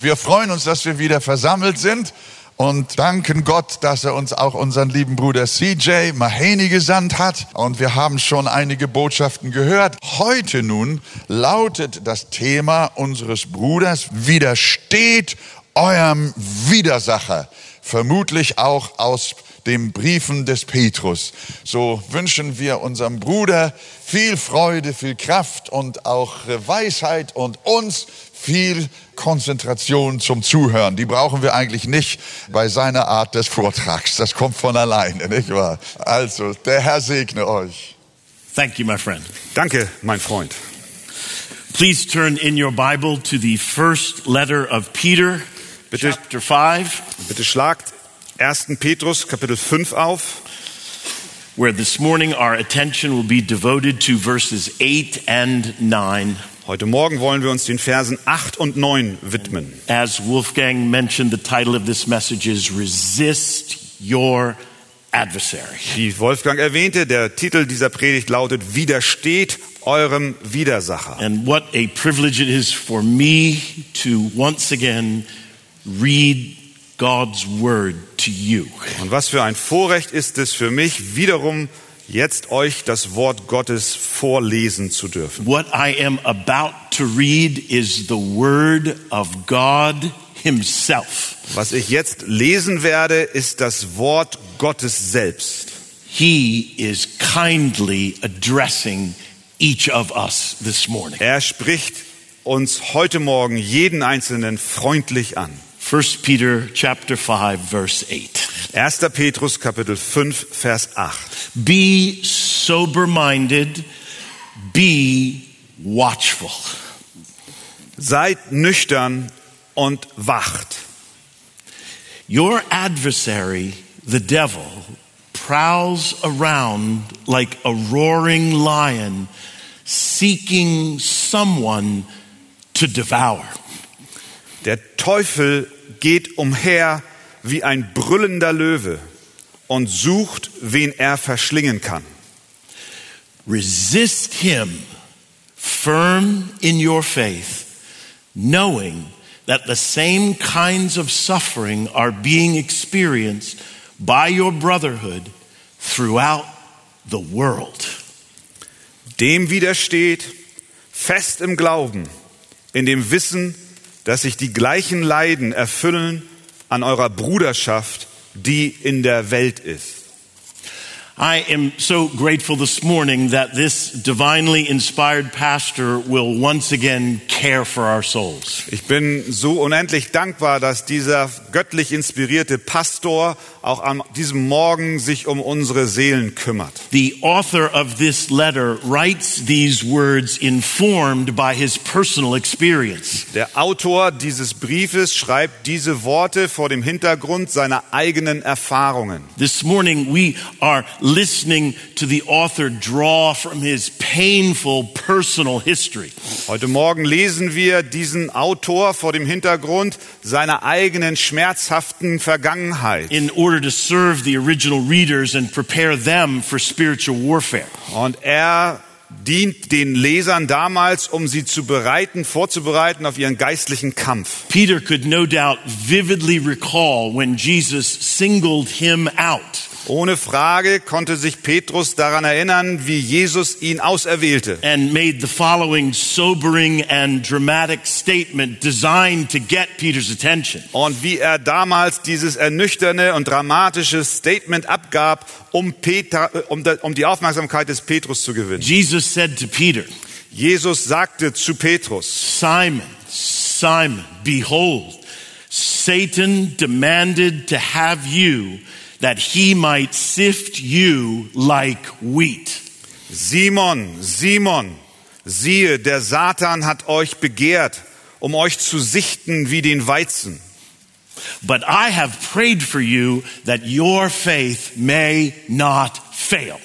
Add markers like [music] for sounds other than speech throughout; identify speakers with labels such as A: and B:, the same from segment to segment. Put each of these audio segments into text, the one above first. A: Wir freuen uns, dass wir wieder versammelt sind und danken Gott, dass er uns auch unseren lieben Bruder CJ Mahaney gesandt hat. Und wir haben schon einige Botschaften gehört. Heute nun lautet das Thema unseres Bruders, widersteht eurem Widersacher. Vermutlich auch aus den Briefen des Petrus. So wünschen wir unserem Bruder viel Freude, viel Kraft und auch Weisheit und uns viel Konzentration zum Zuhören. Die brauchen wir eigentlich nicht bei seiner Art des Vortrags. Das kommt von alleine, nicht wahr? Also, der Herr segne euch.
B: Thank you, my friend.
C: Danke, mein Freund.
B: Please turn in your Bible to the first letter of Peter,
C: Bitte-
B: chapter 5,
C: Bitte schlagt 1. Petrus Kapitel 5 auf.
B: where this morning our attention will be devoted to verses 8 and 9.
C: Heute Morgen wollen wir uns den Versen 8 und 9 widmen.
B: As Wolfgang mentioned, the title of this message is Resist Your Adversary.
C: Wie Wolfgang erwähnte, der Titel dieser Predigt lautet Widersteht eurem Widersacher.
B: And what a privilege it is for me to once again read God's Word to you.
C: Und was für ein Vorrecht ist es für mich, wiederum jetzt euch das Wort Gottes vorlesen zu dürfen.
B: What I am about to read is the Word of God Himself.
C: Was ich jetzt lesen werde, ist das Wort Gottes selbst.
B: He is kindly addressing each of us this morning.
C: Er spricht uns heute Morgen jeden Einzelnen freundlich an.
B: 1 Peter chapter 5 verse 8.
C: 1. Petrus Kapitel 5, Vers 8.
B: Be sober minded, be watchful.
C: Seid nüchtern und wacht.
B: Your adversary, the devil, prowls around like a roaring lion seeking someone to devour.
C: Der Teufel geht umher wie ein brüllender Löwe und sucht, wen er verschlingen kann.
B: Resist him firm in your faith, knowing that the same kinds of suffering are being experienced by your brotherhood throughout the world.
C: Dem widersteht, fest im Glauben, in dem Wissen, dass sich die gleichen Leiden erfüllen an eurer Bruderschaft, die in der Welt ist.
B: I am so grateful this morning that this divinely inspired pastor will once again care for our souls.
C: Ich bin so unendlich dankbar, dass dieser göttlich inspirierte Pastor auch an diesem Morgen sich um unsere Seelen kümmert.
B: The author of this letter writes these words informed by his personal experience.
C: Der Autor dieses Briefes schreibt diese Worte vor dem Hintergrund seiner eigenen Erfahrungen.
B: This morning we are listening to the author draw from his painful personal history.
C: Heute Morgen lesen wir diesen Autor vor dem Hintergrund seiner eigenen schmerzhaften Vergangenheit.
B: in order to serve the original readers and prepare them for spiritual warfare.
C: Und er dient den Lesern damals, um sie zu bereiten, vorzubereiten auf ihren geistlichen Kampf.
B: Peter could no doubt vividly recall when Jesus singled him out
C: Ohne Frage konnte sich Petrus daran erinnern, wie Jesus ihn auserwählte.
B: and made the following sobering and dramatic statement designed to get Peter's attention.
C: Und wie er damals dieses ernüchternde und dramatische Statement abgab, um, Peter, äh, um, da- um die Aufmerksamkeit des Petrus zu gewinnen.
B: Jesus said to Peter,
C: Jesus sagte zu Petrus,
B: Simon, Simon, behold, Satan demanded to have you that he might sift you like wheat.
C: Simon, Simon, siehe, der Satan hat euch begehrt, um euch zu sichten wie den Weizen.
B: But I have prayed for you that your faith may not fail.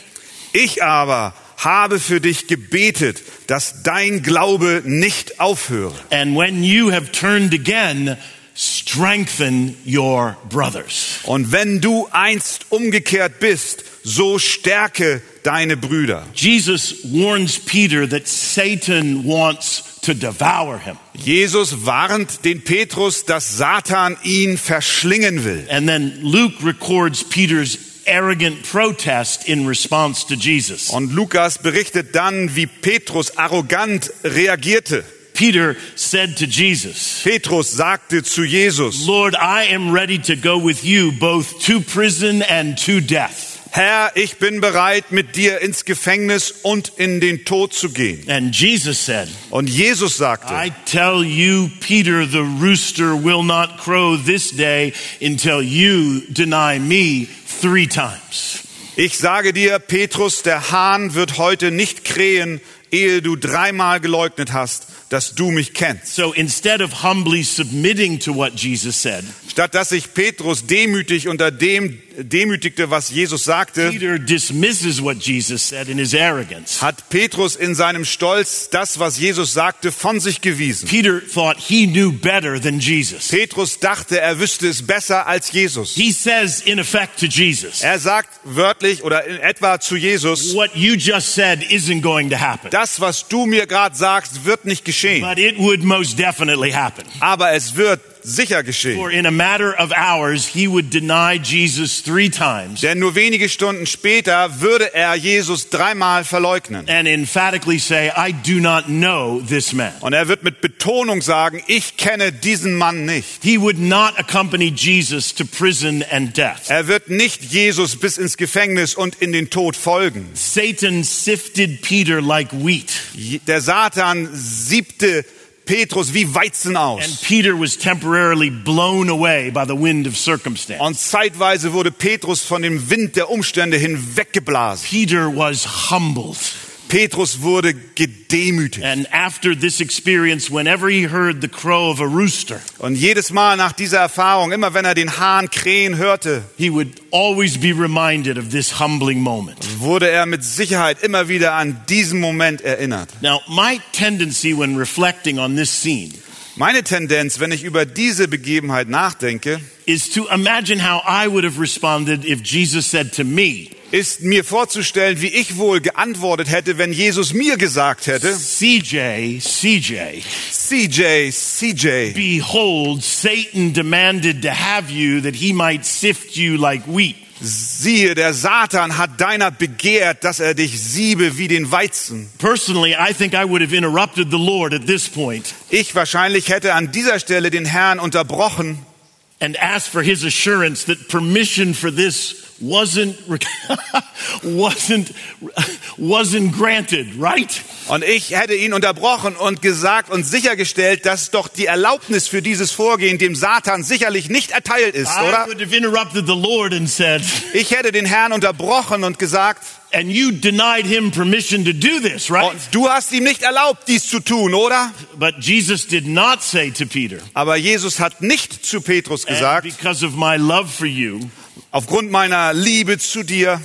C: Ich aber habe für dich gebetet, dass dein Glaube nicht aufhöre.
B: And when you have turned again, strengthen your brothers.
C: Und wenn du einst umgekehrt bist, so stärke deine Brüder.
B: Jesus warns Peter that Satan wants to devour him.
C: Jesus warnt den Petrus, dass Satan ihn verschlingen will.
B: And then Luke records Peter's arrogant protest in response to Jesus.
C: Und Lukas berichtet dann, wie Petrus arrogant reagierte.
B: Peter said to Jesus,
C: Petrus sagte zu Jesus,
B: Lord, I am ready to go with you both to prison and to death.
C: Herr, ich bin bereit, mit dir ins Gefängnis und in den Tod zu gehen.
B: And Jesus said,
C: Und Jesus sagte,
B: I tell you, Peter, the rooster will not crow this day until you deny me three times.
C: ich sage dir, Petrus, der Hahn wird heute nicht krähen, ehe du dreimal geleugnet hast, dass du mich kennst.
B: So instead of humbly submitting to what Jesus said,
C: Statt dass sich Petrus demütig unter dem demütigte, was Jesus sagte,
B: Peter dismisses what Jesus said in his arrogance.
C: hat Petrus in seinem Stolz das, was Jesus sagte, von sich gewiesen.
B: Peter thought he knew better than Jesus.
C: Petrus dachte, er wüsste es besser als Jesus.
B: He says, in effect, to Jesus,
C: Er sagt wörtlich oder in etwa zu Jesus,
B: what you just said isn't going to happen,
C: das, was du mir gerade sagst, wird nicht geschehen,
B: but it would most definitely happen.
C: aber es wird sicher geschehen.
B: For in a matter of hours, he would deny Jesus three times
C: Denn nur wenige Stunden später würde er Jesus dreimal verleugnen.
B: and emphatically say, I do not know this man.
C: Und er wird mit Betonung sagen, ich kenne diesen Mann nicht.
B: He would not accompany Jesus to prison and death.
C: Er wird nicht Jesus bis ins Gefängnis und in den Tod folgen.
B: Satan sifted Peter like wheat,
C: Der Satan siebte Petrus wie Weizen
B: and
C: aus.
B: Peter was temporarily blown away by the wind of circumstance.
C: Und zeitweise wurde Petrus von dem Wind der Umstände hinweggeblasen.
B: Peter was humbled.
C: Petrus wurde gedemütigt.
B: And after this experience, whenever he heard the crow of a rooster,
C: Und jedes Mal nach dieser Erfahrung, immer wenn er den Hahn krähen hörte,
B: he would always be reminded of this humbling moment.
C: wurde er mit Sicherheit immer wieder an diesen Moment erinnert.
B: Now, my tendency when reflecting on this scene
C: Meine Tendenz, wenn ich über diese Begebenheit nachdenke,
B: is to imagine how I would have responded if Jesus said to me,
C: ist mir vorzustellen, wie ich wohl geantwortet hätte, wenn Jesus mir gesagt hätte,
B: CJ, CJ,
C: CJ, CJ,
B: behold, Satan demanded to have you that he might sift you like wheat.
C: siehe, der Satan hat deiner begehrt, dass er dich siebe wie den Weizen.
B: Personally, I think I would have interrupted the Lord at this point
C: Ich wahrscheinlich hätte an dieser Stelle den Herrn unterbrochen
B: and asked for his assurance that permission for this wasn't [laughs] wasn't wasn't granted, right?
C: und ich hätte ihn unterbrochen und gesagt und sichergestellt, dass doch die Erlaubnis für dieses Vorgehen dem Satan sicherlich nicht erteilt ist,
B: I
C: oder?
B: would have interrupted the Lord and said,
C: Ich hätte den Herrn unterbrochen und gesagt,
B: and you denied him permission to do this, right?
C: und du hast ihm nicht erlaubt, dies zu tun, oder?
B: But Jesus did not say to Peter,
C: Aber Jesus hat nicht zu Petrus
B: "And
C: gesagt,
B: because of my love for you,
C: aufgrund meiner Liebe zu dir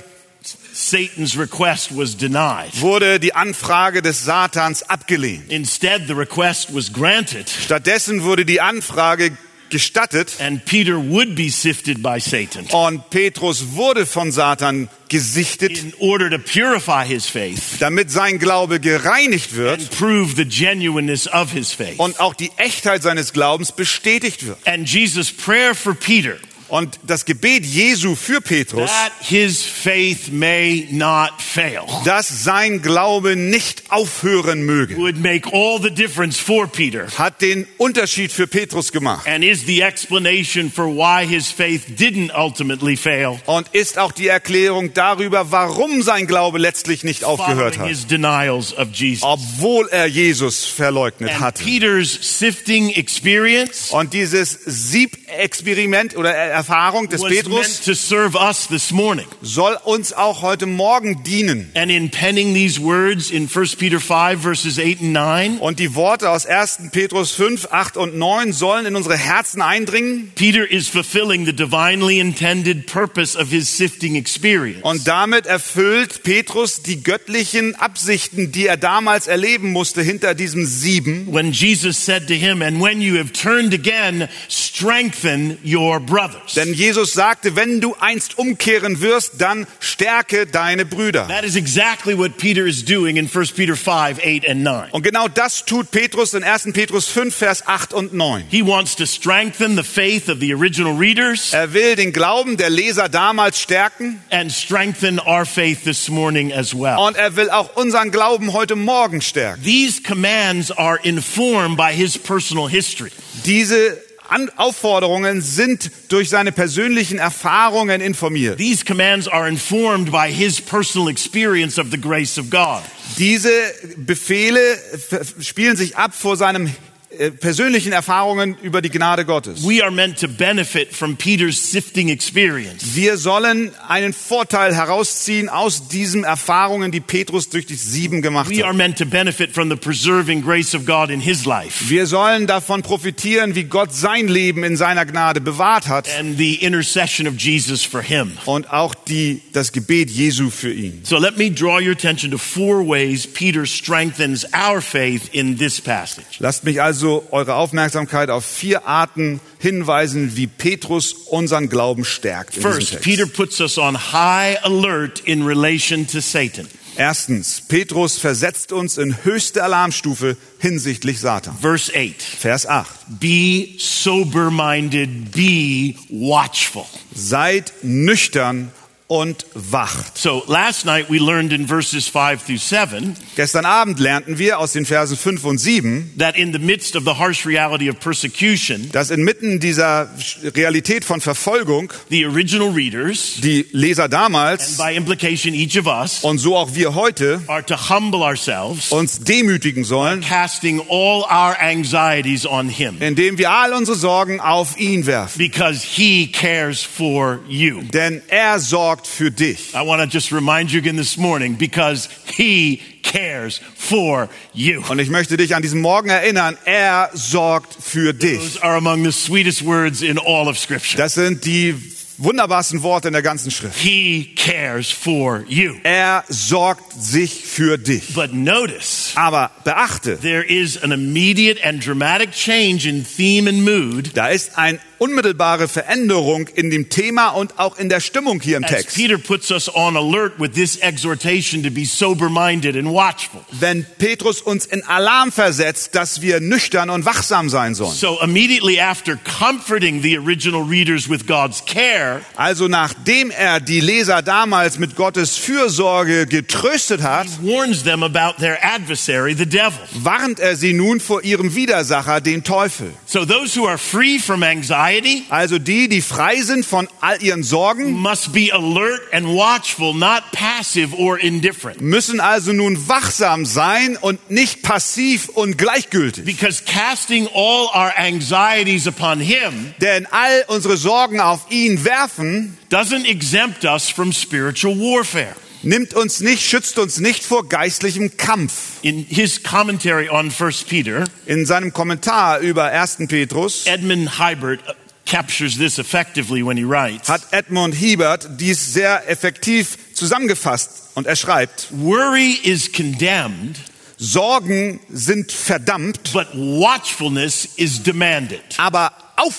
B: Satan's request was denied.
C: wurde die Anfrage des Satans abgelehnt.
B: Instead, the request was granted,
C: Stattdessen wurde die Anfrage gestattet
B: and Peter would be sifted by Satan
C: und Petrus wurde von Satan gesichtet,
B: in order to purify his faith
C: damit sein Glaube gereinigt
B: and
C: wird
B: prove the genuineness of his faith.
C: und auch die Echtheit seines Glaubens bestätigt wird.
B: And Jesus' prayer for Peter
C: Und das Gebet Jesu für Petrus,
B: that his faith may not fail
C: dass sein Glaube nicht aufhören möge,
B: would make all the difference for Peter
C: hat den Unterschied für Petrus gemacht.
B: and is the explanation for why his faith didn't ultimately fail
C: Und ist auch die Erklärung darüber, warum sein Glaube letztlich nicht aufgehört
B: following
C: hat,
B: his denials of Jesus.
C: obwohl er Jesus verleugnet
B: And
C: hatte.
B: Peter's sifting experience
C: Und dieses Sieb-Experiment oder Erfahrung des
B: was meant
C: Petrus
B: to serve us this morning.
C: soll uns auch heute Morgen dienen.
B: And in penning these words in 1 Peter 5 verses 8 and 9,
C: Und die Worte aus 1. Petrus 5, 8 und 9 sollen in unsere Herzen eindringen
B: Peter is fulfilling the divinely intended purpose of his sifting experience.
C: und damit erfüllt Petrus die göttlichen Absichten, die er damals erleben musste hinter diesem Sieben.
B: when Jesus said to him, And when you have turned again, strengthen your brothers.
C: Denn Jesus sagte, wenn du einst umkehren wirst, dann stärke deine Brüder.
B: That is exactly what Peter is doing in 1 Peter 5, 8, and 9.
C: Und genau das tut Petrus in 1. Petrus 5, Vers 8 und 9.
B: He wants to strengthen the faith of the original readers
C: Er will den Glauben der Leser damals stärken
B: and strengthen our faith this morning as well.
C: und er will auch unseren Glauben heute Morgen stärken.
B: These commands are informed by his personal history.
C: Diese An Aufforderungen sind durch seine persönlichen Erfahrungen informiert.
B: These commands are informed by his personal experience of the grace of God.
C: Diese Befehle f- spielen sich ab vor seinen äh, persönlichen Erfahrungen über die Gnade Gottes.
B: We are meant to benefit from Peter's sifting experience.
C: Wir sollen einen Vorteil herausziehen aus diesen Erfahrungen, die Petrus durch die Sieben gemacht
B: We are
C: hat.
B: meant to benefit from the preserving grace of God in his life
C: Wir sollen davon profitieren, wie Gott sein Leben in seiner Gnade bewahrt hat
B: and the intercession of Jesus for him.
C: und auch die, das Gebet Jesu für ihn.
B: So let me draw your attention to four ways Peter strengthens our faith in this passage.
C: Lasst mich also eure Aufmerksamkeit auf vier Arten hinweisen, wie Petrus unseren Glauben stärkt. In diesem
B: First,
C: Text.
B: Peter puts us on high alert in relation to Satan.
C: Erstens, Petrus versetzt uns in höchste Alarmstufe hinsichtlich Satan.
B: Verse 8
C: Vers 8.
B: Be sober minded, be watchful.
C: Seid nüchtern und wacht.
B: So last night we learned in verses 5 through 7
C: Gestern Abend lernten wir aus den Versen 5 und 7,
B: that in the midst of the harsh reality of persecution,
C: dass inmitten dieser Realität von Verfolgung
B: the original readers,
C: die Leser
B: and
C: damals
B: by implication each of us,
C: und so auch wir heute
B: are to humble ourselves,
C: uns demütigen sollen,
B: casting all our anxieties on Him.
C: indem wir all unsere Sorgen auf ihn werfen.
B: because he cares for you.
C: Denn er sorgt für dich.
B: I want to just remind you again this morning because he cares for you.
C: Und ich möchte dich an diesen Morgen erinnern, er sorgt für dich.
B: Those are among the sweetest words in all of Scripture.
C: Das sind die wunderbarsten Worte in der ganzen Schrift.
B: He cares for you.
C: Er sorgt sich für dich.
B: But notice,
C: Aber beachte,
B: there is an immediate and dramatic change in theme and mood
C: Da ist eine unmittelbare Veränderung in dem Thema und auch in der Stimmung hier im
B: as
C: Text.
B: Peter puts us on alert with this exhortation to be sober minded and watchful.
C: Wenn Petrus uns in Alarm versetzt, dass wir nüchtern und wachsam sein sollen.
B: So immediately after comforting the original readers with God's care,
C: Also nachdem er die Leser damals mit Gottes Fürsorge getröstet hat,
B: warns them about their adversary, the devil.
C: warnt er sie nun vor ihrem Widersacher, den Teufel.
B: So those who are free from anxiety
C: Also die, die frei sind von all ihren Sorgen,
B: must be alert and watchful, not passive or indifferent.
C: müssen also nun wachsam sein und nicht passiv und gleichgültig.
B: Because casting all our anxieties upon him
C: Denn all unsere Sorgen auf ihn werfen,
B: doesn't exempt us from spiritual warfare.
C: nimmt uns nicht, schützt uns nicht vor geistlichem Kampf.
B: In his commentary on 1 Peter,
C: In seinem Kommentar über 1. Petrus
B: Edmund Hybert captures this effectively when he writes
C: hat Edmund Hiebert dies sehr effektiv zusammengefasst und er schreibt,
B: Worry is condemned,
C: Sorgen sind verdammt,
B: but watchfulness is demanded.
C: aber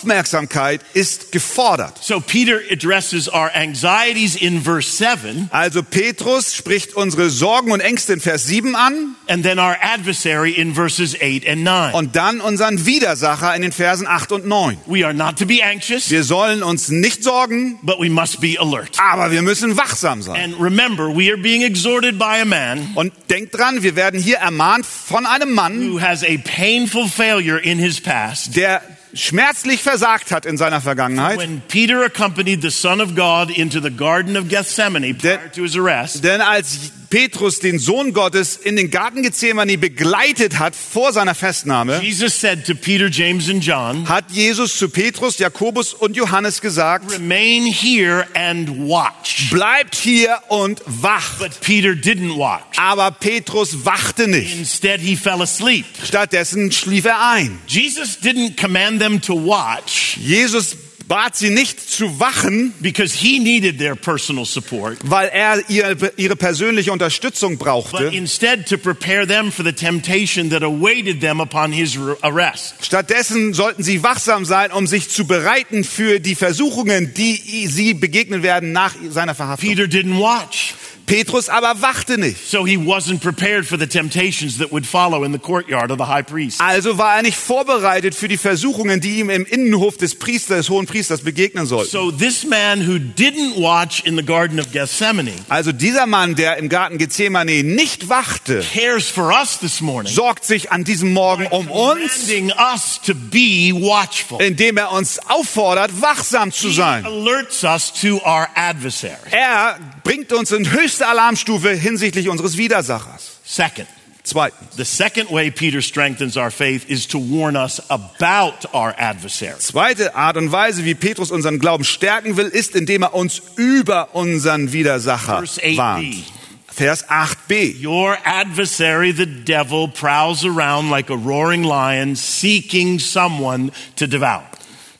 C: Aufmerksamkeit ist gefordert.
B: So Peter addresses our anxieties in verse 7
C: Also Petrus spricht unsere Sorgen und Ängste in Vers 7 an
B: and then our adversary in verses 8 and 9.
C: und dann unseren Widersacher in den Versen 8 und 9.
B: We are not to be anxious,
C: Wir sollen uns nicht sorgen,
B: but we must be alert.
C: aber wir müssen wachsam sein.
B: And remember, we are being exhorted by a man
C: Und denkt dran, wir werden hier ermahnt von einem Mann,
B: who has a painful failure in his past.
C: der schmerzlich versagt hat in seiner Vergangenheit.
B: When Peter accompanied the Son of God into the Garden of Gethsemane prior to his arrest,
C: Denn als Petrus den Sohn Gottes in den Garten Gethsemane begleitet hat vor seiner Festnahme,
B: Jesus said to Peter, James, and John,
C: hat Jesus zu Petrus, Jakobus und Johannes gesagt,
B: Remain here and watch.
C: bleibt hier und wacht.
B: But Peter didn't watch.
C: Aber Petrus wachte nicht.
B: Instead, he fell asleep.
C: Stattdessen schlief er ein.
B: Jesus didn't command them to watch,
C: Jesus bat sie nicht zu wachen,
B: because he needed their personal support,
C: weil er ihre, ihre persönliche Unterstützung
B: but
C: brauchte.
B: instead to prepare them for the temptation that awaited them upon his r- arrest.
C: Stattdessen sollten sie wachsam sein, um sich zu bereiten für die Versuchungen, die i- sie begegnen werden nach seiner Verhaftung.
B: Peter didn't watch,
C: Petrus aber wachte nicht.
B: so he wasn't prepared for the temptations that would follow in the courtyard of the high priest.
C: Also war er nicht vorbereitet für die Versuchungen, die ihm im Innenhof des Priesters, des hohen Priesters begegnen sollten.
B: So this man who didn't watch in the Garden of Gethsemane
C: Also dieser Mann, der im Garten Gethsemane nicht wachte,
B: cares for us this morning,
C: sorgt sich an diesem Morgen um uns,
B: commanding us to be watchful.
C: indem er uns auffordert, wachsam zu
B: He
C: sein.
B: alerts us to our adversary.
C: Er bringt uns in höchste Alarmstufe hinsichtlich unseres Widersachers.
B: Second,
C: Zweitens.
B: the second way Peter strengthens our faith is to warn us about our adversary.
C: Zweite Art und Weise, wie Petrus unseren Glauben stärken will, ist, indem er uns über unseren Widersacher
B: Verse 8b.
C: warnt. Vers 8b.
B: Your adversary, the devil, prowls around like a roaring lion seeking someone to devour.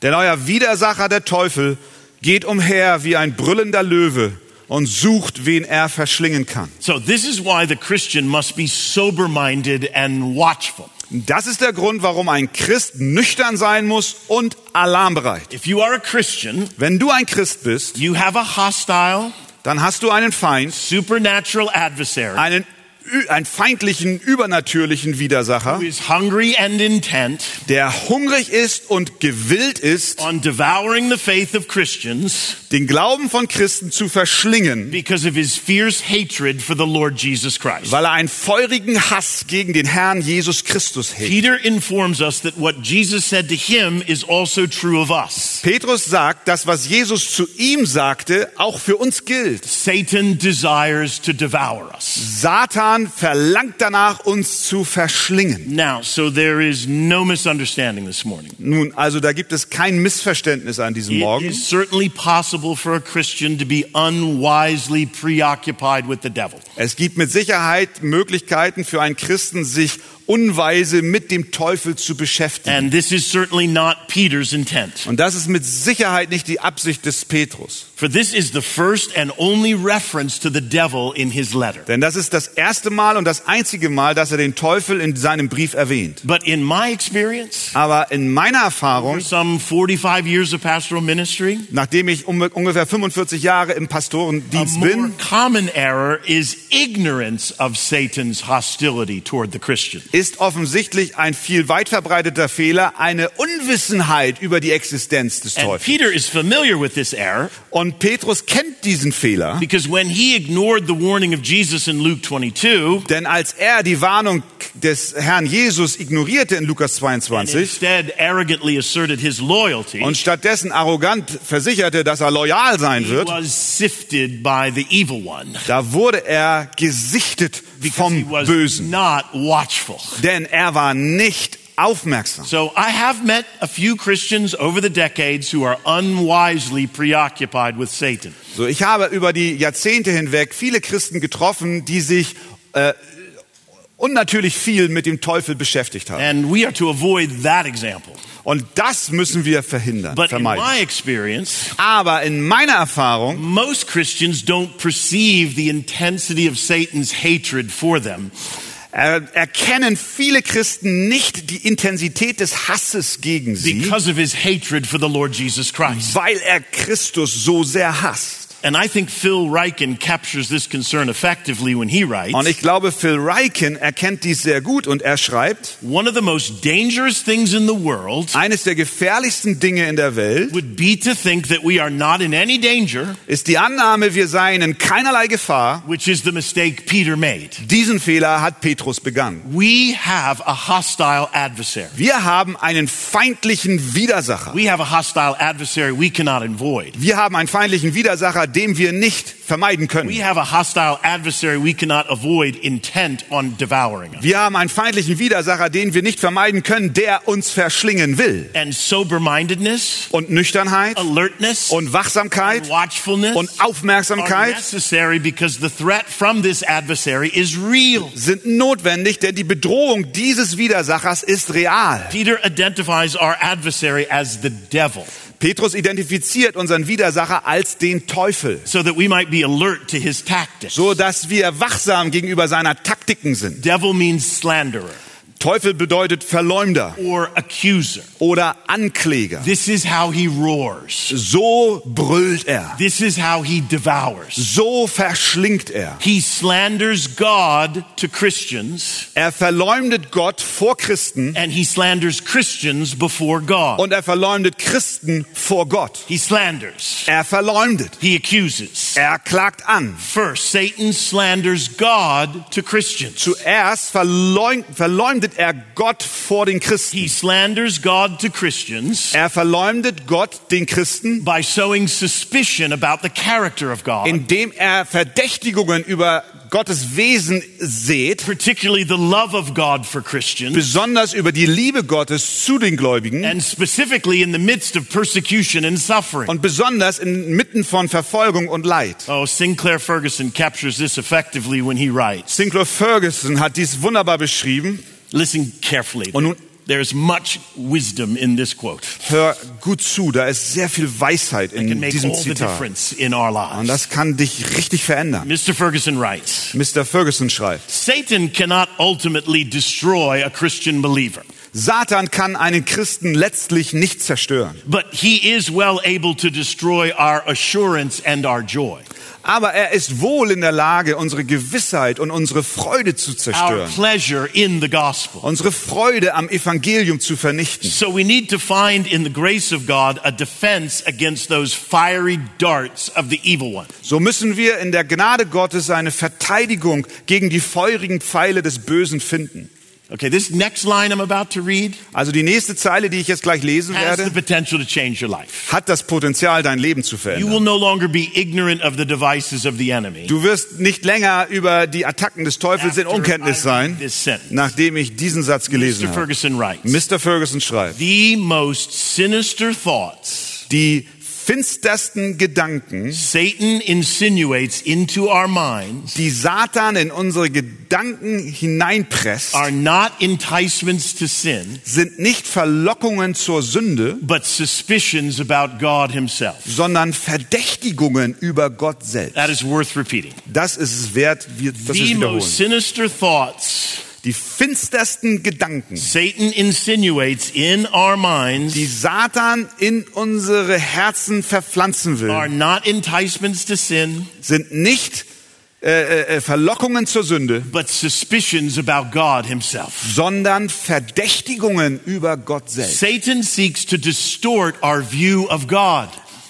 C: Denn euer Widersacher, der Teufel, geht umher wie ein brüllender Löwe und sucht, wen er verschlingen kann.
B: So, this is why the Christian must be sober minded and watchful.
C: Das ist der Grund, warum ein Christ nüchtern sein muss und alarmbereit.
B: If you are a Christian,
C: Wenn du ein Christ bist,
B: you have a hostile,
C: dann hast du einen Feind,
B: supernatural adversary
C: einen, ü- einen feindlichen, übernatürlichen Widersacher,
B: who is hungry and intent
C: der hungrig ist und gewillt ist,
B: on devouring the faith of Christians
C: den Glauben von Christen zu verschlingen,
B: because of his fierce hatred for the Lord Jesus Christ.
C: weil er einen feurigen Hass gegen den Herrn Jesus Christus hegt.
B: Peter informs us that what Jesus said to him is also true of us.
C: Petrus sagt, das, was Jesus zu ihm sagte, auch für uns gilt.
B: Satan desires to devour us.
C: Satan verlangt danach, uns zu verschlingen.
B: Now, so there is no misunderstanding this morning.
C: Nun, also da gibt es kein Missverständnis an diesem
B: It
C: Morgen.
B: is certainly possible for a Christian to be unwisely preoccupied with the devil.
C: Es gibt mit Sicherheit Möglichkeiten für einen Christen, sich unweise mit dem Teufel zu beschäftigen.
B: And this is certainly not Peter's intent.
C: Und das ist mit Sicherheit nicht die Absicht des Petrus.
B: For this is the first and only reference to the devil in his letter.
C: Denn das ist das erste Mal und das einzige Mal, dass er den Teufel in seinem Brief erwähnt.
B: But in my experience,
C: Aber in meiner Erfahrung
B: for some 45 years of pastoral ministry,
C: Nachdem ich um, ungefähr 45 Jahre im
B: a
C: Pastorendienst
B: more
C: bin,
B: common error is ignorance of Satan's hostility toward the Christian.
C: ist offensichtlich ein viel weit verbreiteter Fehler eine Unwissenheit über die Existenz des
B: And
C: Teufels.
B: Peter is familiar with this error
C: Und Petrus kennt diesen Fehler,
B: because when he ignored the warning of Jesus in Luke 22,
C: denn als er die Warnung des Herrn Jesus ignorierte in Lukas
B: and
C: 22
B: instead arrogantly asserted his loyalty,
C: und stattdessen arrogant versicherte, dass er loyal sein
B: he
C: wird,
B: was sifted by the evil one
C: da wurde er gesichtet
B: because he
C: vom
B: was
C: Bösen,
B: not watchful.
C: denn er war nicht aufmerksam.
B: So I have met a few Christians over the decades who are unwisely preoccupied with Satan.
C: So, ich habe über die Jahrzehnte hinweg viele Christen getroffen, die sich äh, unnatürlich viel mit dem Teufel beschäftigt haben.
B: And we are to avoid that example.
C: Und das müssen wir verhindern,
B: But in
C: vermeiden.
B: my experience,
C: Aber in meiner Erfahrung
B: most Christians don't perceive the intensity of Satan's hatred for them.
C: äh, erkennen viele Christen nicht die Intensität des Hasses gegen sie,
B: Because of his hatred for the Lord Jesus Christ.
C: weil er Christus so sehr hasst.
B: And I think Phil Ryken captures this concern effectively when he writes
C: Und ich glaube, Phil Ryken erkennt dies sehr gut und er schreibt,
B: One of the most dangerous things in the world
C: eines der gefährlichsten Dinge in der Welt
B: would be to think that we are not in any danger,
C: ist die Annahme, wir seien in keinerlei Gefahr,
B: which is the mistake Peter made.
C: Diesen Fehler hat Petrus begangen.
B: We have a hostile adversary.
C: Wir haben einen feindlichen Widersacher.
B: We have a hostile adversary we cannot avoid.
C: Wir haben einen feindlichen Widersacher, dem wir nicht vermeiden
B: We
C: können.
B: have a hostile adversary we cannot avoid intent on devouring us.
C: Wir haben einen feindlichen Widersacher, den wir nicht vermeiden können, der uns verschlingen will.
B: And sober mindedness,
C: Und Nüchternheit
B: alertness,
C: und
B: and
C: Wachsamkeit
B: watchfulness
C: und
B: are
C: Aufmerksamkeit
B: necessary because the threat from this adversary is real.
C: sind notwendig, denn die Bedrohung dieses Widersachers ist real.
B: Peter identifies our adversary as the devil
C: Petrus identifiziert unseren Widersacher als den Teufel,
B: so that we might be alert to his tactics.
C: so dass wir wachsam gegenüber seiner Taktiken sind.
B: devil means slanderer
C: Teufel bedeutet Verleumder
B: or accuser.
C: oder Ankläger.
B: This is how he roars.
C: So brüllt er,
B: This is how he devours.
C: so verschlingt er.
B: He slanders God to Christians
C: Er verleumdet Gott vor Christen
B: and he slanders Christians before God.
C: und er verleumdet Christen vor Gott.
B: He slanders.
C: Er verleumdet,
B: He accuses.
C: er klagt an.
B: First, Satan slanders God to Christians.
C: Zuerst verleum verleumdet er Gott vor den Christen.
B: He slanders God to Christians
C: Er verleumdet Gott den Christen,
B: by sowing suspicion about the character of God,
C: indem er Verdächtigungen über Gottes Wesen sät,
B: particularly the love of God for Christians,
C: besonders über die Liebe Gottes zu den Gläubigen
B: and specifically in the midst of persecution and suffering.
C: und besonders inmitten von Verfolgung und Leid.
B: Oh, Sinclair Ferguson captures this effectively when he writes.
C: Sinclair Ferguson hat dies wunderbar beschrieben.
B: Listen carefully.
C: Und nun-
B: There's much wisdom in this quote.
C: Hör gut zu, da ist sehr viel Weisheit
B: It can
C: in
B: make
C: diesem
B: all the
C: Zitat.
B: difference in our
C: Und
B: lives.
C: das kann dich richtig verändern.
B: Mr. Ferguson writes
C: Mr. Ferguson schreibt,
B: Satan cannot ultimately destroy a Christian believer,
C: Satan kann einen Christen letztlich nicht zerstören.
B: but he is well able to destroy our assurance and our joy,
C: Aber er ist wohl in der Lage, unsere Gewissheit und unsere Freude zu
B: our
C: zerstören,
B: pleasure in the gospel.
C: unsere Freude am Evangelium zu vernichten.
B: So we need to find in the grace of God a defense against those fiery darts of the evil one.
C: So müssen wir in der Gnade Gottes eine Verteidigung gegen die feurigen Pfeile des Bösen finden.
B: Okay, this next line I'm about to read
C: Also die nächste Zeile, die ich jetzt gleich lesen
B: has the
C: werde,
B: potential to change your life.
C: hat das Potenzial, dein Leben zu
B: You
C: verändern.
B: will no longer be ignorant of the devices of the enemy.
C: Du wirst nicht länger über die Attacken des Teufels in
B: After I
C: Unkenntnis
B: read
C: sein,
B: This sentence.
C: nachdem ich diesen Satz gelesen
B: Mr.
C: habe.
B: Ferguson writes
C: Mr. Ferguson schreibt,
B: The most sinister thoughts
C: die finstersten Gedanken
B: Satan insinuates into our minds
C: die Satan in unsere Gedanken hineinpresst,
B: are not enticements to sin,
C: sind nicht Verlockungen zur Sünde,
B: but suspicions about God Himself.
C: sondern Verdächtigungen über Gott selbst.
B: That is worth repeating.
C: Das ist es wert, wir- dass wir es
B: The most
C: wiederholen.
B: sinister thoughts
C: Die finstersten Gedanken,
B: Satan insinuates in our minds
C: die Satan in unsere Herzen verpflanzen
B: are
C: will,
B: not enticements to sin,
C: sind nicht äh, äh, Verlockungen zur Sünde,
B: but suspicions about God Himself.
C: sondern Verdächtigungen über Gott selbst.
B: Satan seeks to distort our view of God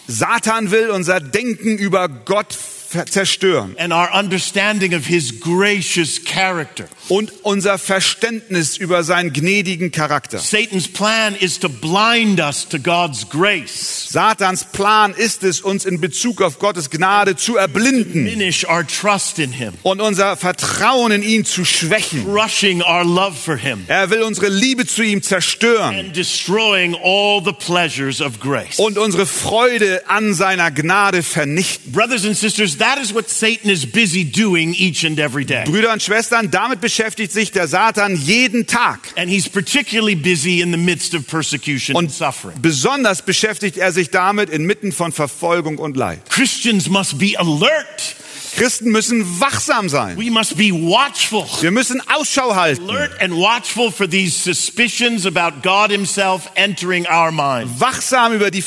C: Satan will unser Denken über Gott ver- zerstören.
B: and our understanding of his gracious character.
C: und unser Verständnis über seinen gnädigen Charakter.
B: Satan's plan is to blind us to God's grace,
C: Satans Plan ist es, uns in Bezug auf Gottes Gnade zu erblinden
B: diminish our trust in him,
C: und unser Vertrauen in ihn zu schwächen.
B: crushing our love for him,
C: Er will unsere Liebe zu ihm zerstören
B: and destroying all the pleasures of grace.
C: und unsere Freude an seiner Gnade vernichten.
B: Brothers and sisters, that is what Satan is busy doing each and every day.
C: Brüder und Schwestern, damit beschäftigt sich der Satan jeden Tag.
B: And he's particularly busy in the midst of persecution and
C: Und
B: suffering.
C: besonders beschäftigt er sich damit inmitten von Verfolgung und Leid.
B: Christians must be alert.
C: Christen müssen wachsam sein.
B: We must be watchful.
C: Wir müssen Ausschau halten.
B: Alert and watchful for these suspicions about God Himself entering our mind.
C: wachsam über die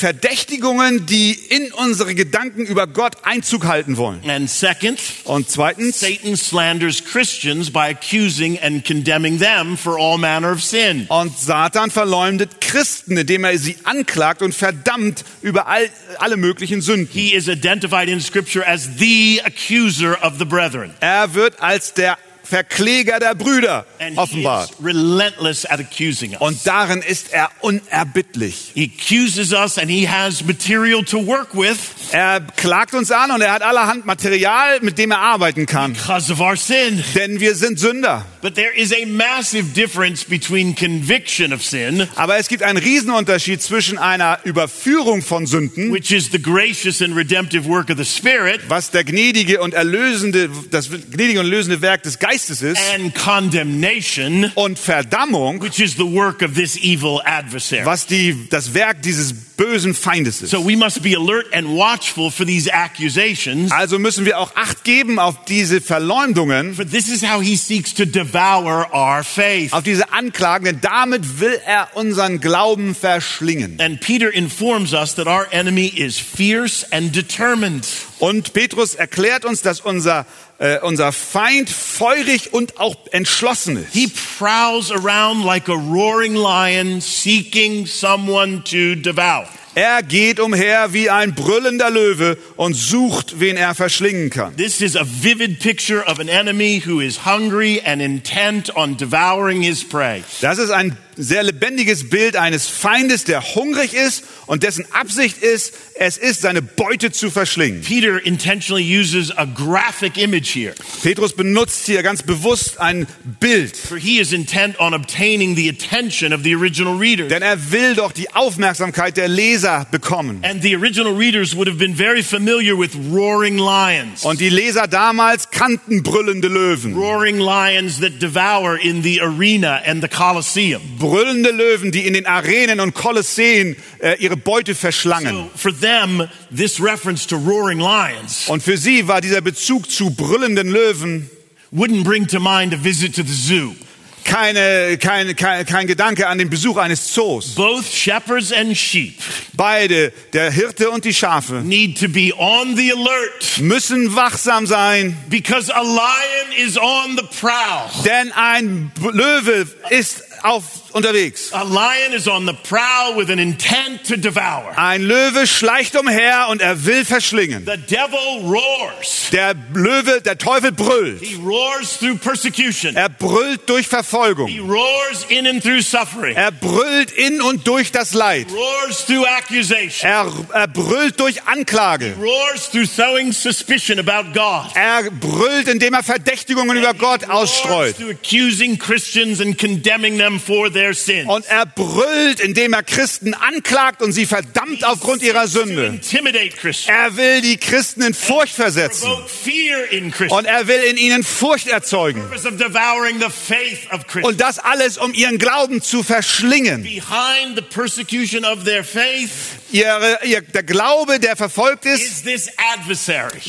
C: Verdächtigungen, die in unsere Gedanken über Gott Einzug halten wollen.
B: And second,
C: Und zweitens,
B: Satan slanders Christians by accusing and condemning them for all manner of sin.
C: und Satan verleumdet Christen, indem er sie anklagt und verdammt über all, alle möglichen Sünden.
B: He is identified in Scripture as the accuser of the brethren.
C: Er wird als der Verkläger der Brüder
B: And he
C: offenbart.
B: is relentless at accusing us.
C: Und darin ist er unerbittlich.
B: he accuses us and he has material to work with
C: Er klagt uns an und er hat allerhand Material, mit dem er arbeiten kann.
B: because of our sin.
C: Denn wir sind Sünder.
B: But there is a massive difference between conviction of sin,
C: Aber es gibt einen Riesenunterschied zwischen einer Überführung von Sünden,
B: which is the gracious and redemptive work of the Spirit,
C: was der gnädige und erlösende, das gnädige und erlösende Werk des Geistes ist,
B: and condemnation,
C: und Verdammung,
B: which is the work of this evil adversary.
C: was die, das Werk dieses bösen Feindes ist.
B: So we must be alert and watchful for these accusations,
C: Also müssen wir auch Acht geben auf diese Verleumdungen,
B: for this is how he seeks to devour our faith.
C: auf diese Anklagen, denn damit will er unseren Glauben verschlingen.
B: And Peter informs us that our enemy is fierce and determined.
C: Und Petrus erklärt uns, dass unser, äh, unser Feind feurig und auch entschlossen ist.
B: He prowls around like a roaring lion seeking someone to devour.
C: Er geht umher wie ein brüllender Löwe und sucht, wen er verschlingen kann.
B: This is a vivid picture of an enemy who is hungry and intent on devouring his prey.
C: Das ist ein sehr lebendiges Bild eines Feindes, der hungrig ist und dessen Absicht ist, es ist, seine Beute zu verschlingen.
B: Peter intentionally uses a graphic image here,
C: Petrus benutzt hier ganz bewusst ein Bild,
B: for he is intent on obtaining the attention of the original readers.
C: denn er will doch die Aufmerksamkeit der Leser bekommen.
B: And the original readers would have been very familiar with roaring lions.
C: Und die Leser damals kannten brüllende Löwen.
B: roaring lions that devour in the arena and the Colosseum.
C: Brüllende Löwen, die in den Arenen und Kolosseen äh, ihre Beute verschlangen.
B: So for them, this reference to roaring lions
C: Und für sie war dieser Bezug zu brüllenden Löwen
B: wouldn't bring to mind a visit to the zoo.
C: keine, keine, kein, kein Gedanke an den Besuch eines Zoos.
B: Both shepherds and sheep
C: Beide, der Hirte und die Schafe,
B: need to be on the alert
C: müssen wachsam sein,
B: because a lion is on the prowl.
C: denn ein B- Löwe ist auf, unterwegs.
B: A lion is on the prowl with an intent to devour.
C: Ein Löwe schleicht umher und er will verschlingen.
B: The devil roars.
C: Der Löwe, der Teufel brüllt.
B: He roars through persecution.
C: Er brüllt durch
B: He
C: Verfolgung.
B: roars in and through suffering.
C: Er brüllt in und durch das Leid.
B: Roars through accusation.
C: Er, er brüllt durch Anklage.
B: roars through sowing suspicion about God.
C: Er brüllt, indem er Verdächtigungen über Gott
B: Roars
C: ausstreut.
B: through accusing Christians and condemning them for their sins.
C: Und er brüllt, indem er Christen anklagt und sie verdammt aufgrund ihrer
B: To
C: Sünde.
B: intimidate Christians.
C: Er will die Christen in Furcht versetzen.
B: Provoke fear in Christians.
C: Und er will in ihnen Furcht erzeugen.
B: Purpose of devouring the faith of Christians.
C: Und das alles, um ihren Glauben zu verschlingen.
B: Behind the persecution of their faith
C: Ihre, ihr, der Glaube, der verfolgt ist,
B: is this adversary,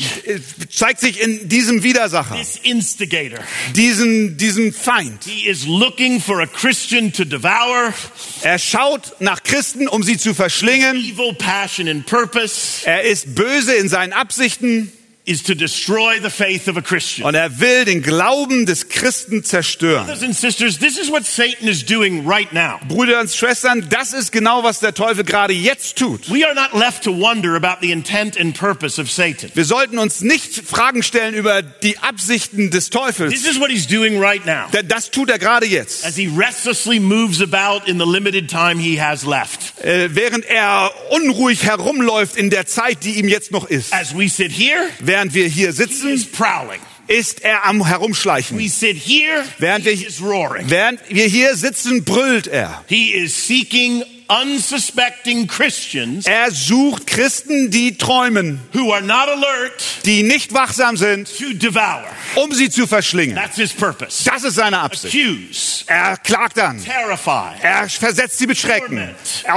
C: zeigt sich in diesem Widersacher,
B: this instigator.
C: diesen, diesen Feind.
B: He is looking for a Christian to devour,
C: Er schaut nach Christen, um sie zu verschlingen.
B: evil passion and purpose
C: Er ist böse in seinen Absichten
B: is to destroy the faith of a Christian.
C: und er will den Glauben des Christen zerstören.
B: Brothers and sisters, this is what Satan is doing right now.
C: Brüder und Schwestern, das ist genau, was der Teufel gerade jetzt tut.
B: We are not left to wonder about the intent and purpose of Satan.
C: Wir sollten uns nicht Fragen stellen über die Absichten des Teufels,
B: This is what he's doing right now
C: denn das tut er gerade jetzt.
B: as he restlessly moves about in the limited time he has left.
C: Äh, während er unruhig herumläuft in der Zeit, die ihm jetzt noch ist.
B: As we sit here,
C: Während wir
B: he
C: hier
B: is
C: sitzen,
B: prowling.
C: ist er am Herumschleichen.
B: We sit here,
C: Während
B: he
C: wir,
B: is roaring.
C: während wir hier sitzen, brüllt er.
B: He is seeking unsuspecting Christians
C: Er sucht Christen, die träumen,
B: who are not alert
C: die nicht wachsam sind,
B: to devour.
C: um sie zu verschlingen.
B: That's his purpose.
C: Das ist seine Absicht.
B: Accuse,
C: Er klagt an.
B: terrify,
C: Er versetzt sie mit Schrecken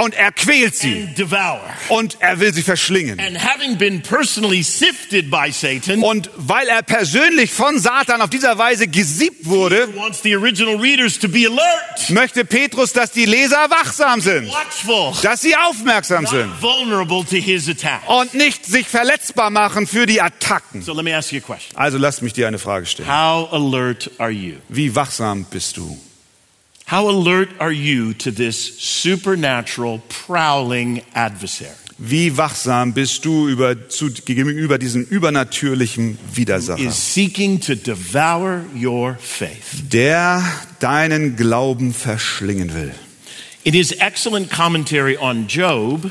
C: und er quält sie
B: and devour.
C: und er will sie verschlingen.
B: And having been personally sifted by Satan,
C: Und weil er persönlich von Satan auf dieser Weise gesiebt wurde,
B: wants the original readers to be alert,
C: möchte Petrus, dass die Leser wachsam sind,
B: watchful,
C: dass sie aufmerksam sind
B: not vulnerable to his attack.
C: und nicht sich verletzbar machen für die Attacken.
B: So let me ask you a question.
C: Also lass mich dir eine Frage stellen.
B: How alert are you?
C: Wie wachsam bist du?
B: How alert are you to this supernatural prowling adversary
C: Wie wachsam bist du über, zu, gegenüber diesem übernatürlichen Widersacher,
B: is seeking to devour your faith?
C: der deinen Glauben verschlingen will?
B: In his excellent commentary on Job,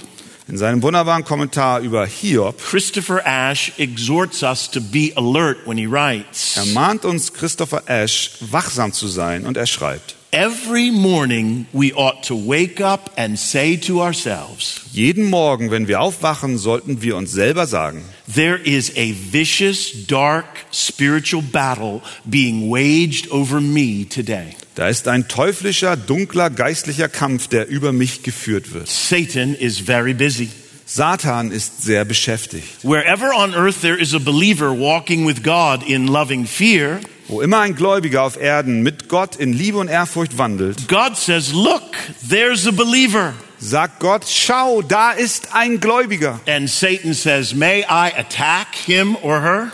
C: In seinem wunderbaren Kommentar über Hiob
B: Christopher Ashe exhorts us to be alert when he writes
C: ermahnt uns Christopher Ash, wachsam zu sein und er schreibt,
B: Every morning we ought to wake up and say to ourselves,
C: jeden Morgen, wenn wir aufwachen, sollten wir uns selber sagen,
B: There is a vicious, dark spiritual battle being waged over me today.
C: da ist ein teuflischer, dunkler, geistlicher Kampf, der über mich geführt wird.
B: Satan is very busy.
C: Satan ist sehr beschäftigt.
B: Wherever on earth there is a believer walking with God in loving fear,
C: Wo immer ein Gläubiger auf Erden mit Gott in Liebe und Ehrfurcht wandelt,
B: God says, Look, there's a believer.
C: sagt Gott, schau, da ist ein Gläubiger.
B: And Satan says, May I attack him or her?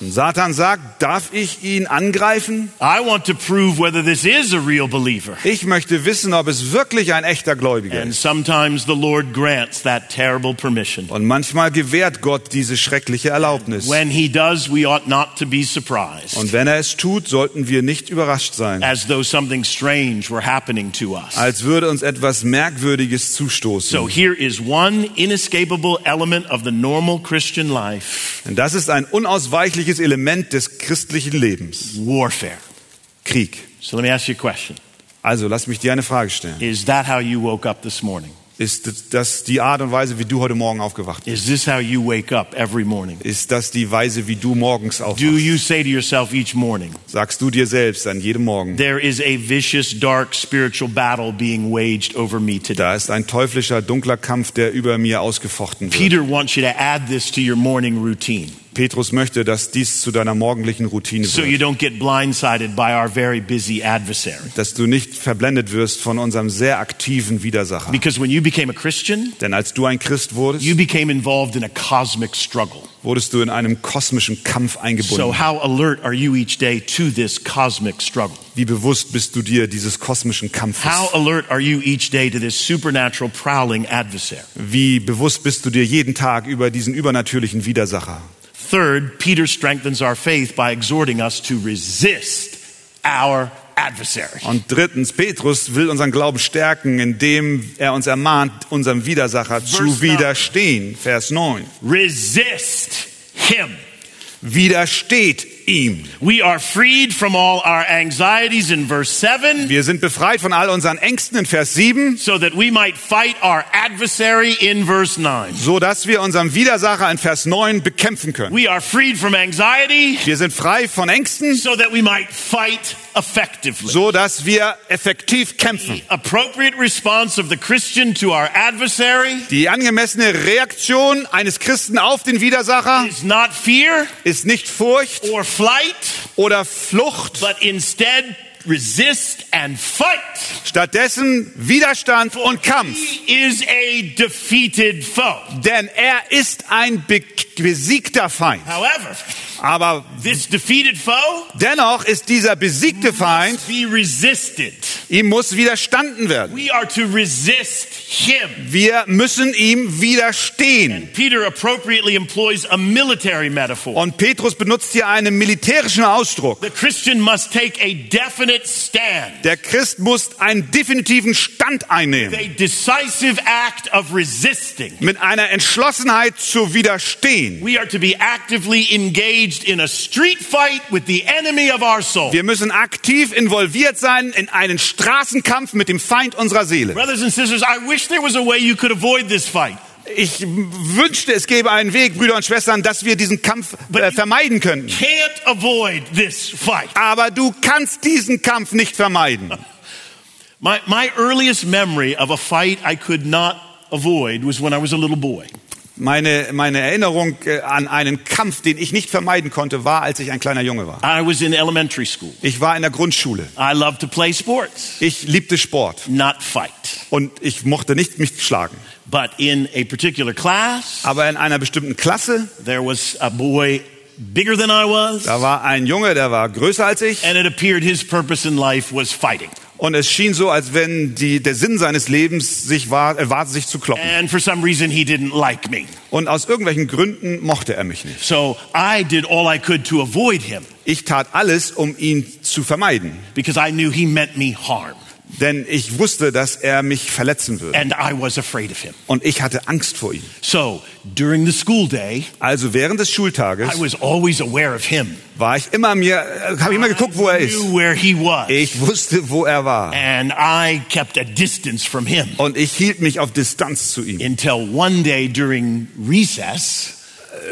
C: Und Satan sagt, darf ich ihn angreifen?
B: I want to prove whether this is a real believer.
C: Ich möchte wissen, ob es wirklich ein echter Gläubiger
B: And
C: ist.
B: sometimes the Lord grants that terrible permission.
C: Und manchmal gewährt Gott diese schreckliche Erlaubnis.
B: When he does, we ought not to be surprised,
C: Und wenn er es tut, sollten wir nicht überrascht sein,
B: as though something strange were happening to us.
C: als würde uns etwas Merkwürdiges
B: So
C: zustoßen.
B: here is one inescapable element of the normal Christian life
C: Denn das ist ein unausweichliches Element des christlichen Lebens.
B: warfare.
C: Krieg.
B: So let me ask you a question.
C: Also lass mich dir eine Frage stellen.
B: Is that how you woke up this morning?
C: Ist das die Art und Weise, wie du heute Morgen aufgewacht bist?
B: Is this how you wake up every morning?
C: Ist das die Weise, wie du morgens
B: Do
C: aufwachst?
B: you say to yourself each morning,
C: Sagst du dir selbst an jedem Morgen,
B: there is a vicious, dark spiritual battle being waged over me today?
C: da ist ein teuflischer, dunkler Kampf, der über mir ausgefochten wird.
B: Peter wants you to add this to your morning routine
C: Petrus möchte, dass dies zu deiner morgendlichen Routine
B: so you
C: wird.
B: don't get blindsided by our very busy adversary.
C: Dass du nicht verblendet wirst von unserem sehr aktiven Widersacher.
B: Because when you became a Christian,
C: Denn als du ein Christ wurdest,
B: you became involved in a cosmic struggle.
C: wurdest du in einem kosmischen Kampf
B: So,
C: eingebunden.
B: how alert are you each day to this cosmic struggle?
C: Wie bewusst bist du dir dieses kosmischen Kampfes?
B: How alert are you each day to this supernatural prowling adversary?
C: Wie bewusst bist du dir jeden Tag über diesen übernatürlichen Widersacher?
B: Third, Peter strengthens our faith by exhorting us to resist our adversary.
C: Und drittens, Petrus will unseren Glauben stärken, indem er uns ermahnt, unserem Widersacher zu
B: Vers
C: widerstehen. Vers 9.
B: Resist him.
C: Widersteht ihm.
B: We are freed from all our anxieties in verse 7
C: Wir sind befreit von all unseren Ängsten in Vers 7,
B: so that we might fight our adversary in verse 9.
C: so dass wir unseren Widersacher in Vers 9 bekämpfen können.
B: We are freed from anxiety
C: Wir sind frei von Ängsten,
B: so that we might fight effectively.
C: so dass wir effektiv kämpfen.
B: Appropriate response of the Christian to our adversary
C: Die angemessene Reaktion eines Christen auf den Widersacher
B: is not fear
C: ist nicht Furcht
B: or flight,
C: oder Flucht,
B: but instead resist and fight.
C: stattdessen Widerstand und Kampf.
B: He is a defeated foe.
C: Denn er ist ein be besiegter Feind.
B: However,
C: Aber
B: this defeated foe
C: dennoch ist dieser besiegte Feind,
B: must be resisted.
C: ihm muss widerstanden werden.
B: We are to resist him.
C: Wir müssen ihm widerstehen.
B: Peter appropriately employs a military metaphor.
C: Und Petrus benutzt hier einen militärischen Ausdruck.
B: The Christian must take a definite stand,
C: Der Christ muss einen definitiven Stand einnehmen.
B: a decisive act of resisting.
C: Mit einer Entschlossenheit zu widerstehen.
B: We are to be actively engaged in a street fight with the enemy of our soul.
C: Wir müssen aktiv involviert sein in einen Straßenkampf mit dem Feind unserer Seele.
B: Brothers and sisters, I wish there was a way you could avoid this fight.
C: Ich wünschte, es gäbe einen Weg, Brüder und Schwestern, dass wir diesen Kampf äh, vermeiden könnten.
B: Can't avoid this fight.
C: Aber du kannst diesen Kampf nicht vermeiden.
B: My, my earliest memory of a fight I could not avoid was when I was a little boy.
C: Meine, meine Erinnerung äh, an einen Kampf, den ich nicht vermeiden konnte, war, als ich ein kleiner Junge war.
B: I was in elementary school.
C: Ich war in der Grundschule.
B: I loved to play sports,
C: Ich liebte Sport
B: not fight.
C: und ich mochte nicht mich schlagen.
B: But in a particular class,
C: Aber in einer bestimmten Klasse,
B: there was a boy bigger than I was,
C: da war ein Junge, der war größer als ich
B: and it appeared his purpose in life was fighting.
C: und es schien so, als wenn die, der Sinn seines Lebens sich war, äh, war, sich zu kloppen.
B: And for some reason, he didn't like me.
C: Und aus irgendwelchen Gründen mochte er mich nicht.
B: So I did all I could to avoid him
C: Ich tat alles, um ihn zu vermeiden,
B: because I knew he meant me harm.
C: denn ich wusste, dass er mich verletzen würde.
B: and I was afraid of him.
C: Und ich hatte Angst vor ihm.
B: So during the school day,
C: Also während des Schultages
B: I was always aware of him.
C: war ich immer mir, habe ich immer geguckt, wo er
B: I
C: ist.
B: knew where he was,
C: Ich wusste, wo er war.
B: and I kept a distance from him
C: Und ich hielt mich auf Distanz zu ihm.
B: until one day during recess,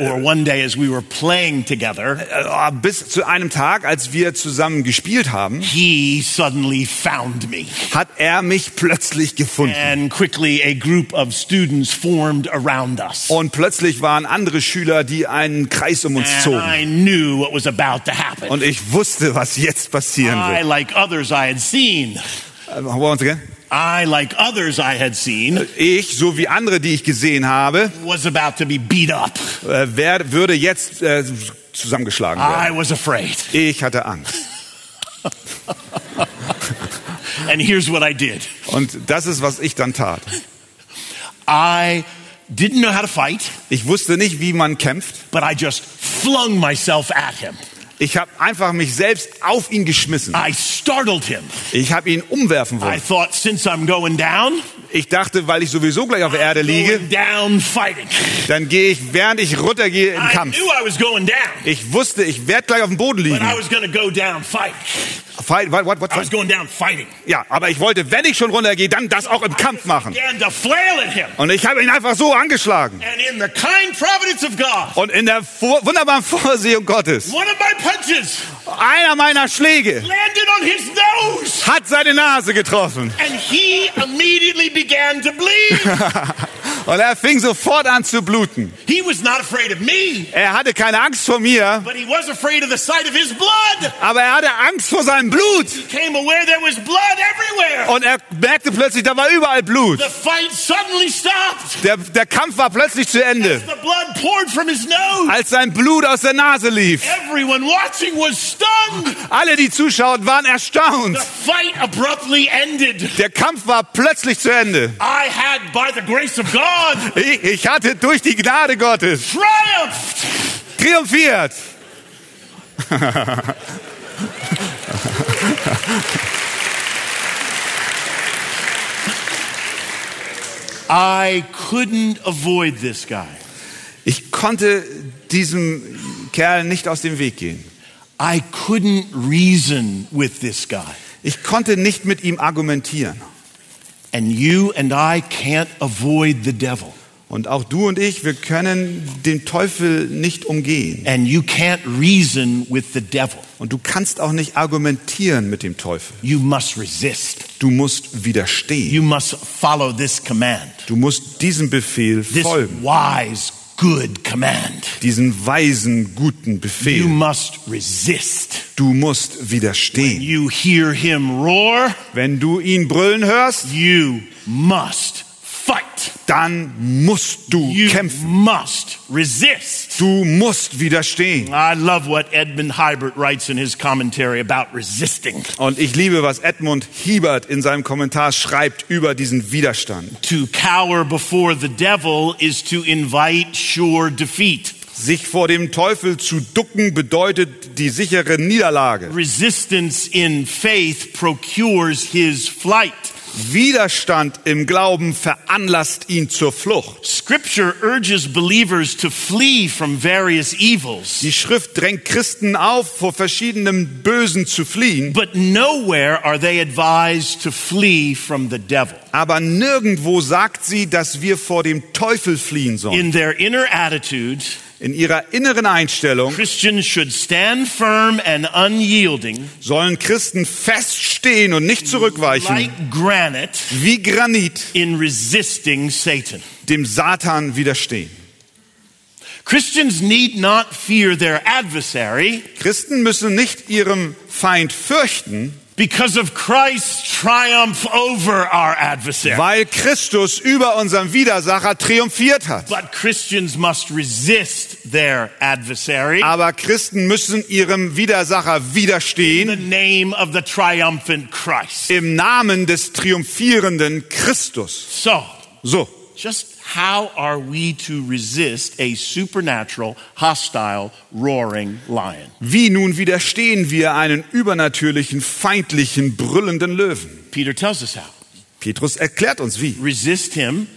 B: or one day as we were playing together,
C: Äh, Bis zu einem Tag, als wir zusammen gespielt haben,
B: he suddenly found me.
C: hat er mich plötzlich gefunden.
B: And quickly, a group of students formed around us.
C: Und plötzlich waren andere Schüler, die einen Kreis um uns
B: And
C: zogen.
B: I knew what was about to happen.
C: Und ich wusste, was jetzt passieren
B: I,
C: wird.
B: like others I had seen,
C: Äh, once again.
B: I, like others I had
C: Uh,
B: seen,
C: Ich, so wie andere, die ich gesehen habe,
B: was about to be beat up.
C: äh, wer, würde jetzt äh, zusammengeschlagen
B: I
C: werden.
B: was afraid.
C: Ich hatte Angst.
B: And here's what I did
C: Und das ist, was ich dann tat.
B: I didn't know how to fight,
C: Ich wusste nicht, wie man kämpft.
B: but I just flung myself at him.
C: Ich habe einfach mich selbst auf ihn geschmissen.
B: I startled him.
C: Ich habe ihn umwerfen
B: I
C: wollen.
B: thought, since I'm going down,
C: Ich dachte, weil ich sowieso gleich auf der Erde liege,
B: going down fighting.
C: dann gehe ich, während ich runtergehe, in den
B: I
C: Kampf.
B: knew I was going down,
C: Ich wusste, ich werde gleich auf dem Boden
B: but I
C: liegen.
B: was going to go down fighting.
C: Fight, what, what, what,
B: I was going down fighting.
C: Ja, aber ich wollte, wenn ich schon runtergehe, dann das auch im Kampf machen.
B: Began to flail at him.
C: Und ich habe ihn einfach so angeschlagen.
B: And in the kind providence of God,
C: Und in der vor wunderbaren Vorsehung Gottes,
B: one of my punches
C: einer meiner Schläge
B: landed on his nose.
C: hat seine Nase getroffen. [laughs]
B: And he immediately began to bleed.
C: Und er fing sofort an zu bluten.
B: he was not afraid of me,
C: Er hatte keine Angst vor mir,
B: but he was afraid of the sight of his blood.
C: aber er hatte Angst vor seinem Blut.
B: Became aware there was blood everywhere.
C: Und er merkte plötzlich, da war überall Blut.
B: The fight suddenly stopped.
C: Der, der Kampf war plötzlich zu Ende.
B: The blood poured from his nose.
C: Als sein Blut aus der Nase lief,
B: Everyone watching was stunned.
C: alle, die zuschauten, waren erstaunt.
B: The fight abruptly ended.
C: Der Kampf war plötzlich zu Ende.
B: I had, by the grace of God,
C: Ich, ich hatte durch die Gnade Gottes
B: triumphed.
C: triumphiert.
B: I couldn't avoid this guy.
C: Ich konnte diesem Kerl nicht aus dem Weg gehen.
B: I couldn't reason with this guy.
C: Ich konnte nicht mit ihm argumentieren.
B: And you and I can't avoid the devil.
C: Und auch du und ich, wir können den Teufel nicht umgehen.
B: And you can't reason with the devil.
C: Und du kannst auch nicht argumentieren mit dem Teufel.
B: You must resist.
C: Du musst widerstehen.
B: You must follow this command.
C: Du musst diesem Befehl
B: This
C: folgen.
B: wise, good command.
C: Diesen weisen, guten
B: You
C: Befehl.
B: must resist.
C: Du musst widerstehen.
B: You hear him roar,
C: Wenn du ihn brüllen hörst,
B: you must fight.
C: dann musst du
B: You
C: kämpfen.
B: must resist.
C: Du musst widerstehen.
B: I love what Edmund Hybert writes in his commentary about resisting.
C: Und ich liebe, was Edmund Hiebert in seinem Kommentar schreibt über diesen Widerstand.
B: To cower before the devil is to invite sure defeat.
C: Sich vor dem Teufel zu ducken bedeutet die sichere Niederlage.
B: Resistance in faith procures his flight.
C: Widerstand im Glauben veranlasst ihn zur Flucht.
B: Scripture urges believers to flee from various evils,
C: Die Schrift drängt Christen auf, vor verschiedenem Bösen zu fliehen,
B: but nowhere are they advised to flee from the devil.
C: aber nirgendwo sagt sie, dass wir vor dem Teufel fliehen sollen.
B: In their inner attitudes,
C: In ihrer inneren Einstellung
B: Christians should stand firm and unyielding,
C: sollen Christen feststehen und nicht zurückweichen,
B: like granite,
C: wie Granit
B: in resisting Satan.
C: dem Satan widerstehen.
B: Christians need not fear their adversary
C: Christen müssen nicht ihrem Feind fürchten,
B: because of Christ's triumph over our adversary.
C: weil Christus über unseren Widersacher triumphiert hat.
B: But Christians must resist their adversary
C: Aber Christen müssen ihrem Widersacher
B: in the
C: widerstehen
B: name of the triumphant Christ.
C: im Namen des triumphierenden Christus.
B: So,
C: So,
B: Just how are we to resist a supernatural, hostile, roaring lion?
C: Wie nun widerstehen wir einen übernatürlichen, feindlichen, brüllenden Löwen?
B: Peter tells us how.
C: Petrus erklärt uns wie.
B: Resist him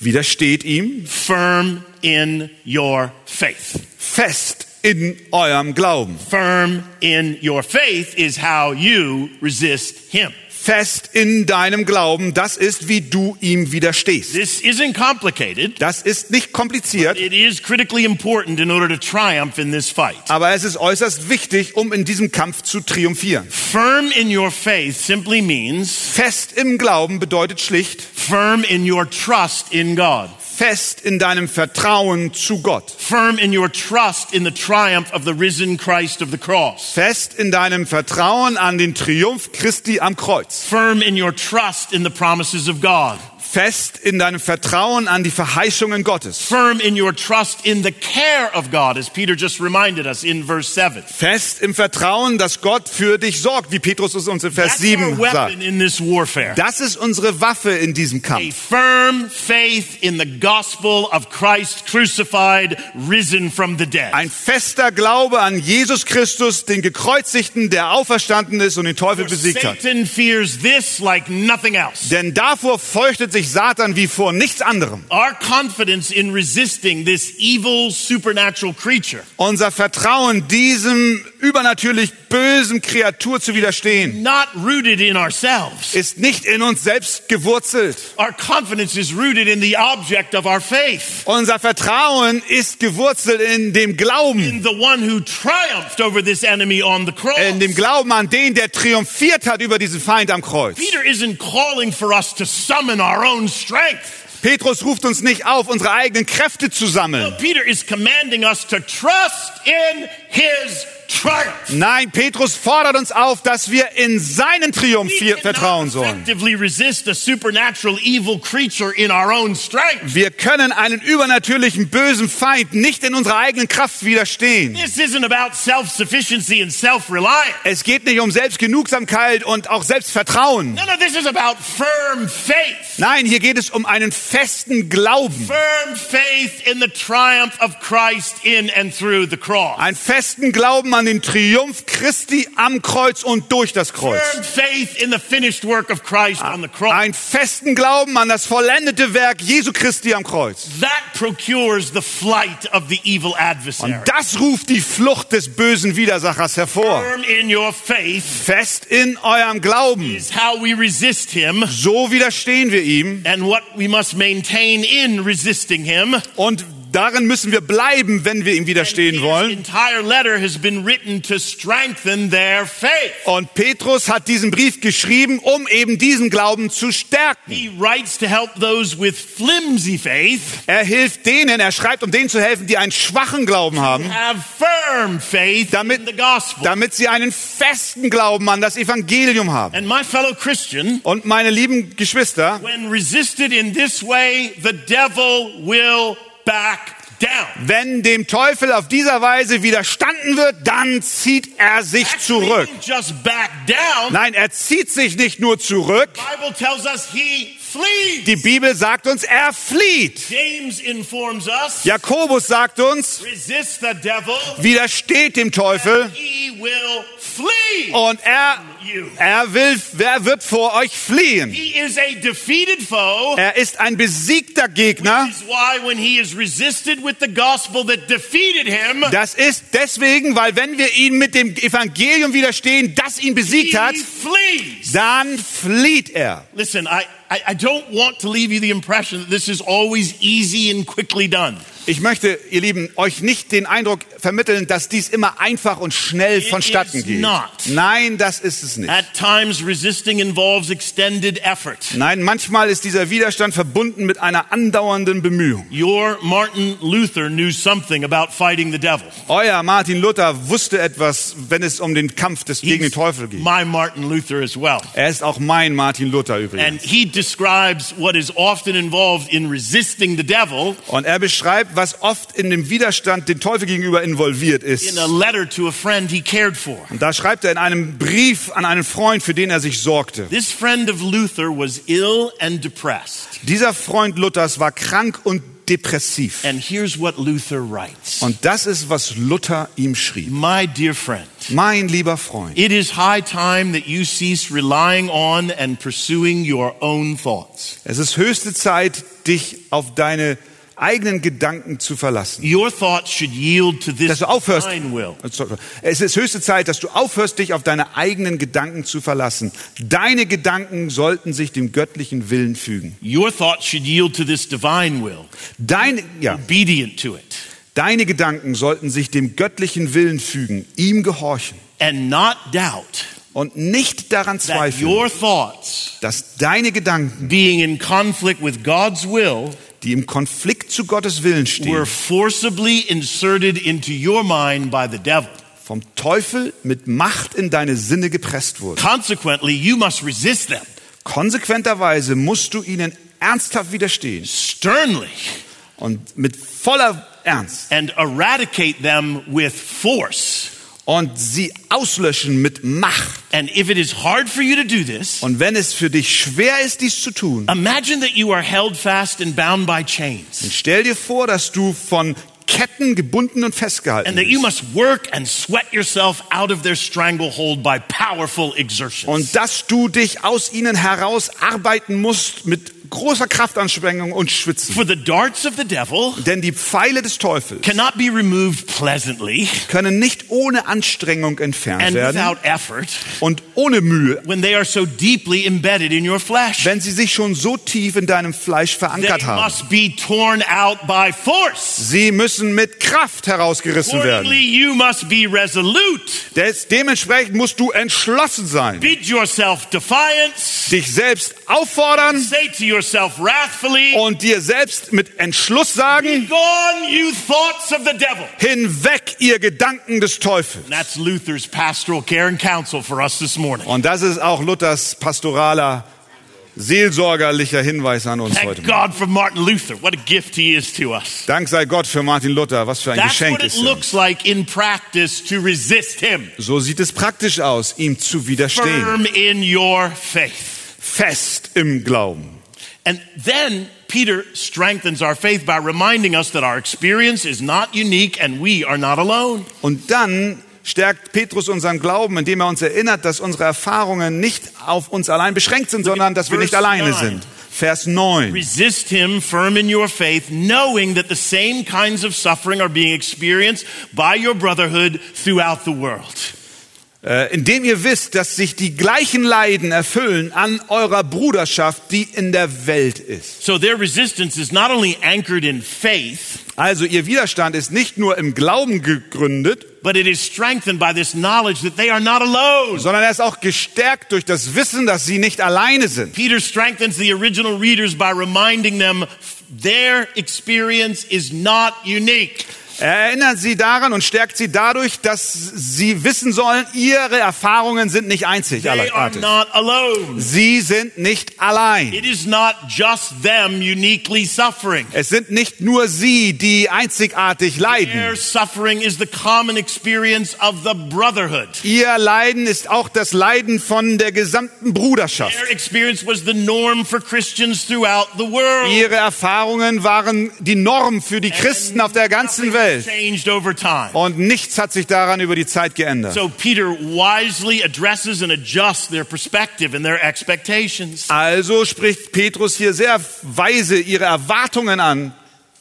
C: Widersteht ihm
B: firm in your faith.
C: fest in eurem Glauben.
B: Firm in your faith is how you resist him.
C: Fest in deinem Glauben, das ist, wie du ihm widerstehst.
B: This isn't complicated.
C: Das ist nicht kompliziert,
B: It is critically important in order to triumph in this fight.
C: aber es ist äußerst wichtig, um in diesem Kampf zu triumphieren.
B: Firm in your faith simply means
C: Fest im Glauben bedeutet schlicht,
B: firm in your trust in God,
C: fest in deinem Vertrauen zu Gott.
B: firm in your trust in the triumph of the risen Christ of the cross,
C: Fest in deinem Vertrauen an den Triumph Christi am Kreuz.
B: firm in your trust in the promises of God,
C: Fest in deinem Vertrauen an die Verheißungen Gottes.
B: firm in your trust in the care of God, as Peter just reminded us in verse 7.
C: Fest im Vertrauen, dass Gott für dich sorgt, wie Petrus es uns in Vers
B: That's our
C: 7 sagt.
B: weapon in this warfare.
C: Das ist unsere Waffe in diesem
B: A
C: Kampf.
B: firm faith in the gospel of Christ crucified, risen from the dead.
C: Ein fester Glaube an Jesus Christus, den Gekreuzigten, der auferstanden ist und den Teufel
B: For
C: besiegt hat.
B: Satan fears this like nothing else.
C: Denn davor fürchtet sich Satan wie vor nichts anderem.
B: Our confidence in resisting this evil supernatural creature
C: Unser Vertrauen, diesem übernatürlich bösen Kreatur zu widerstehen,
B: not rooted in ourselves.
C: ist nicht in uns selbst gewurzelt.
B: Our confidence is rooted in the object of our faith,
C: Unser Vertrauen ist gewurzelt in dem Glauben.
B: in the one who triumphed over this enemy on the cross.
C: In dem Glauben an den, der triumphiert hat über diesen Feind am Kreuz.
B: Peter isn't calling for us to summon our own strength.
C: Petrus ruft uns nicht auf, unsere eigenen Kräfte zu sammeln.
B: Peter is commanding us to trust in his triumph.
C: Nein, Petrus fordert uns auf, dass wir in seinen Triumph
B: We
C: hier
B: cannot
C: vertrauen sollen.
B: effectively resist a supernatural evil creature in our own strength.
C: Wir können einen übernatürlichen bösen Feind nicht in unserer eigenen Kraft widerstehen.
B: This isn't about self-sufficiency and self-reliance.
C: Es geht nicht um Selbstgenugsamkeit und auch Selbstvertrauen.
B: No, no, this is about firm faith.
C: Nein, hier geht es um einen festen Glauben.
B: Firm faith in the triumph of Christ in and through the cross.
C: Einen festen Glauben an den Triumph Christi am Kreuz und durch das Kreuz.
B: Firm faith in the finished work of Christ on the cross.
C: Einen festen Glauben an das vollendete Werk Jesu Christi am Kreuz.
B: That procures the flight of the evil adversary.
C: Und das ruft die Flucht des bösen Widersachers hervor.
B: Firm in your faith
C: Fest in eurem Glauben.
B: is how we resist him
C: So widerstehen wir ihm
B: and what we must maintain in resisting him.
C: und darin müssen wir bleiben, wenn wir ihm widerstehen
B: Peter's
C: wollen.
B: entire letter has been written to strengthen their faith.
C: Und Petrus hat diesen Brief geschrieben, um eben diesen Glauben zu stärken.
B: He writes to help those with flimsy faith
C: Er hilft denen, er schreibt, um denen zu helfen, die einen schwachen Glauben haben,
B: have firm faith in
C: damit,
B: the gospel.
C: damit sie einen festen Glauben an das Evangelium haben.
B: and my fellow Christian,
C: Und meine lieben Geschwister,
B: when resisted in this way, the devil will back down.
C: wenn dem Teufel auf dieser Weise widerstanden wird, dann zieht er sich
B: Actually, he
C: zurück.
B: didn't Just back down.
C: Nein, er zieht sich nicht nur zurück,
B: The Bible tells us he flees.
C: Die Bibel sagt uns, er flieht.
B: James informs us,
C: Jakobus sagt uns,
B: resist the devil,
C: widersteht dem Teufel
B: he will flee.
C: und er,
B: You.
C: er will, wer wird vor euch fliehen?
B: He is a defeated foe.
C: Er ist ein besiegter Gegner.
B: is why when he is resisted with the gospel that defeated him,
C: Das ist deswegen, weil wenn wir ihn mit dem Evangelium widerstehen, das ihn
B: he
C: besiegt hat,
B: flees.
C: dann flieht er.
B: Listen, I, I, I don't want to leave you the impression that this is always easy and quickly done.
C: Ich möchte, ihr Lieben, euch nicht den Eindruck vermitteln, dass dies immer einfach und schnell
B: It
C: vonstatten
B: is
C: geht.
B: not.
C: Nein, das ist es nicht.
B: At times, resisting involves extended effort.
C: Nein, manchmal ist dieser Widerstand verbunden mit einer andauernden Bemühung.
B: Your Martin Luther knew something about fighting the devil.
C: Euer Martin Luther wusste etwas, wenn es um den Kampf des, gegen den
B: He's
C: Teufel geht.
B: My Martin Luther as well.
C: Er ist auch mein Martin Luther übrigens.
B: And he describes what is often involved in resisting the devil
C: Und er beschreibt, was oft in dem Widerstand dem Teufel gegenüber involviert ist.
B: in a letter to a friend he cared for.
C: Und da schreibt er in einem Brief an einen Freund, für den er sich sorgte.
B: This friend of Luther was ill and depressed.
C: Dieser Freund Luthers war krank und depressiv.
B: And here's what Luther writes
C: Und das ist, was Luther ihm schrieb.
B: My dear friend,
C: Mein lieber Freund,
B: it is high time that you cease relying on and pursuing your own thoughts.
C: es ist höchste Zeit, dich auf deine eigenen Gedanken zu verlassen.
B: Your thoughts should yield to
C: Dass
B: this
C: du aufhörst.
B: divine will.
C: Es ist höchste Zeit, dass du aufhörst, dich auf deine eigenen Gedanken zu verlassen. Deine Gedanken sollten sich dem göttlichen Willen fügen.
B: Your thoughts should yield to this divine will,
C: Deine, ja,
B: obedient to it,
C: deine Gedanken sollten sich dem göttlichen Willen fügen, ihm gehorchen
B: and not doubt
C: und nicht daran
B: that
C: zweifeln,
B: your thoughts,
C: dass deine Gedanken,
B: being in conflict with God's will,
C: die im Konflikt zu Gottes Willen stehen,
B: were forcibly inserted into your mind by the devil.
C: vom Teufel mit Macht in deine Sinne gepresst wurden.
B: Consequently, you must resist them
C: Konsequenterweise musst du ihnen ernsthaft widerstehen
B: sternly
C: und mit voller Ernst.
B: and eradicate them with force.
C: und sie auslöschen mit Macht.
B: And if it is hard for you to do this,
C: Und wenn es für dich schwer ist, dies zu tun,
B: Ah. imagine that you are held fast and bound by chains,
C: dann stell dir vor, dass du von Ketten gebunden und festgehalten
B: and that you
C: bist.
B: must work and sweat yourself out of their stranglehold by powerful
C: Und
B: exertions.
C: dass du dich aus ihnen heraus arbeiten musst mit großer Kraftanstrengung und Schwitzen.
B: For the darts of the devil
C: Denn die Pfeile des Teufels
B: cannot be removed pleasantly
C: können nicht ohne Anstrengung entfernt
B: and
C: werden
B: without effort
C: und ohne Mühe,
B: when they are so deeply embedded in your flesh.
C: wenn sie sich schon so tief in deinem Fleisch
B: They
C: verankert haben.
B: must be torn out by force.
C: Sie müssen mit Kraft herausgerissen
B: Accordingly,
C: werden.
B: you must be resolute.
C: Des, dementsprechend musst du entschlossen sein.
B: Bid yourself defiance.
C: dich selbst auffordern
B: Say to yourself wrathfully,
C: und dir selbst mit Entschluss sagen,
B: Begone, you thoughts of the devil.
C: hinweg ihr Gedanken des Teufels.
B: And that's Luther's pastoral care and counsel for us this morning.
C: Und das ist auch Luthers pastoraler, seelsorgerlicher Hinweis an uns heute.
B: Thank
C: Morgen.
B: God for Martin Luther. What a gift he is to us.
C: Dank sei Gott für Martin Luther, was für ein
B: That's
C: Geschenk
B: what it
C: ist er.
B: looks like in practice to resist him.
C: So sieht es praktisch aus, ihm zu widerstehen.
B: Firm in your faith.
C: Fest im Glauben.
B: And then Peter strengthens our faith by reminding us that our experience is not unique and we are not alone.
C: Und dann stärkt Petrus unseren Glauben, indem er uns erinnert, dass unsere Erfahrungen nicht auf uns allein beschränkt sind, sondern dass wir nicht
B: Verse
C: alleine
B: 9.
C: sind. Vers 9.
B: Resist him firm in your faith, knowing that the same kinds of suffering are being experienced by your brotherhood throughout the world.
C: Äh, indem ihr wisst, dass sich die gleichen Leiden erfüllen an eurer Bruderschaft, die in der Welt ist.
B: So their resistance is not only anchored in faith,
C: Also ihr Widerstand ist nicht nur im Glauben gegründet,
B: but it is strengthened by this knowledge that they are not alone.
C: sondern er ist auch gestärkt durch das Wissen, dass sie nicht alleine sind.
B: Peter strengthens the original readers by reminding them their experience is not unique.
C: Er erinnert sie daran und stärkt sie dadurch, dass sie wissen sollen, ihre Erfahrungen sind nicht
B: They are
C: einzigartig.
B: not alone.
C: Sie sind nicht allein.
B: It is not just them uniquely suffering.
C: Es sind nicht nur sie, die einzigartig leiden.
B: Their suffering is the common experience of the brotherhood.
C: Ihr Leiden ist auch das Leiden von der gesamten Bruderschaft.
B: Their experience was the norm for Christians throughout the world.
C: Ihre Erfahrungen waren die Norm für die Christen auf der ganzen
B: Nothing's
C: Welt.
B: Changed over time.
C: Und nichts hat sich daran über die Zeit geändert.
B: So Peter wisely addresses and adjusts their perspective and their expectations.
C: Also spricht Petrus hier sehr weise ihre Erwartungen an.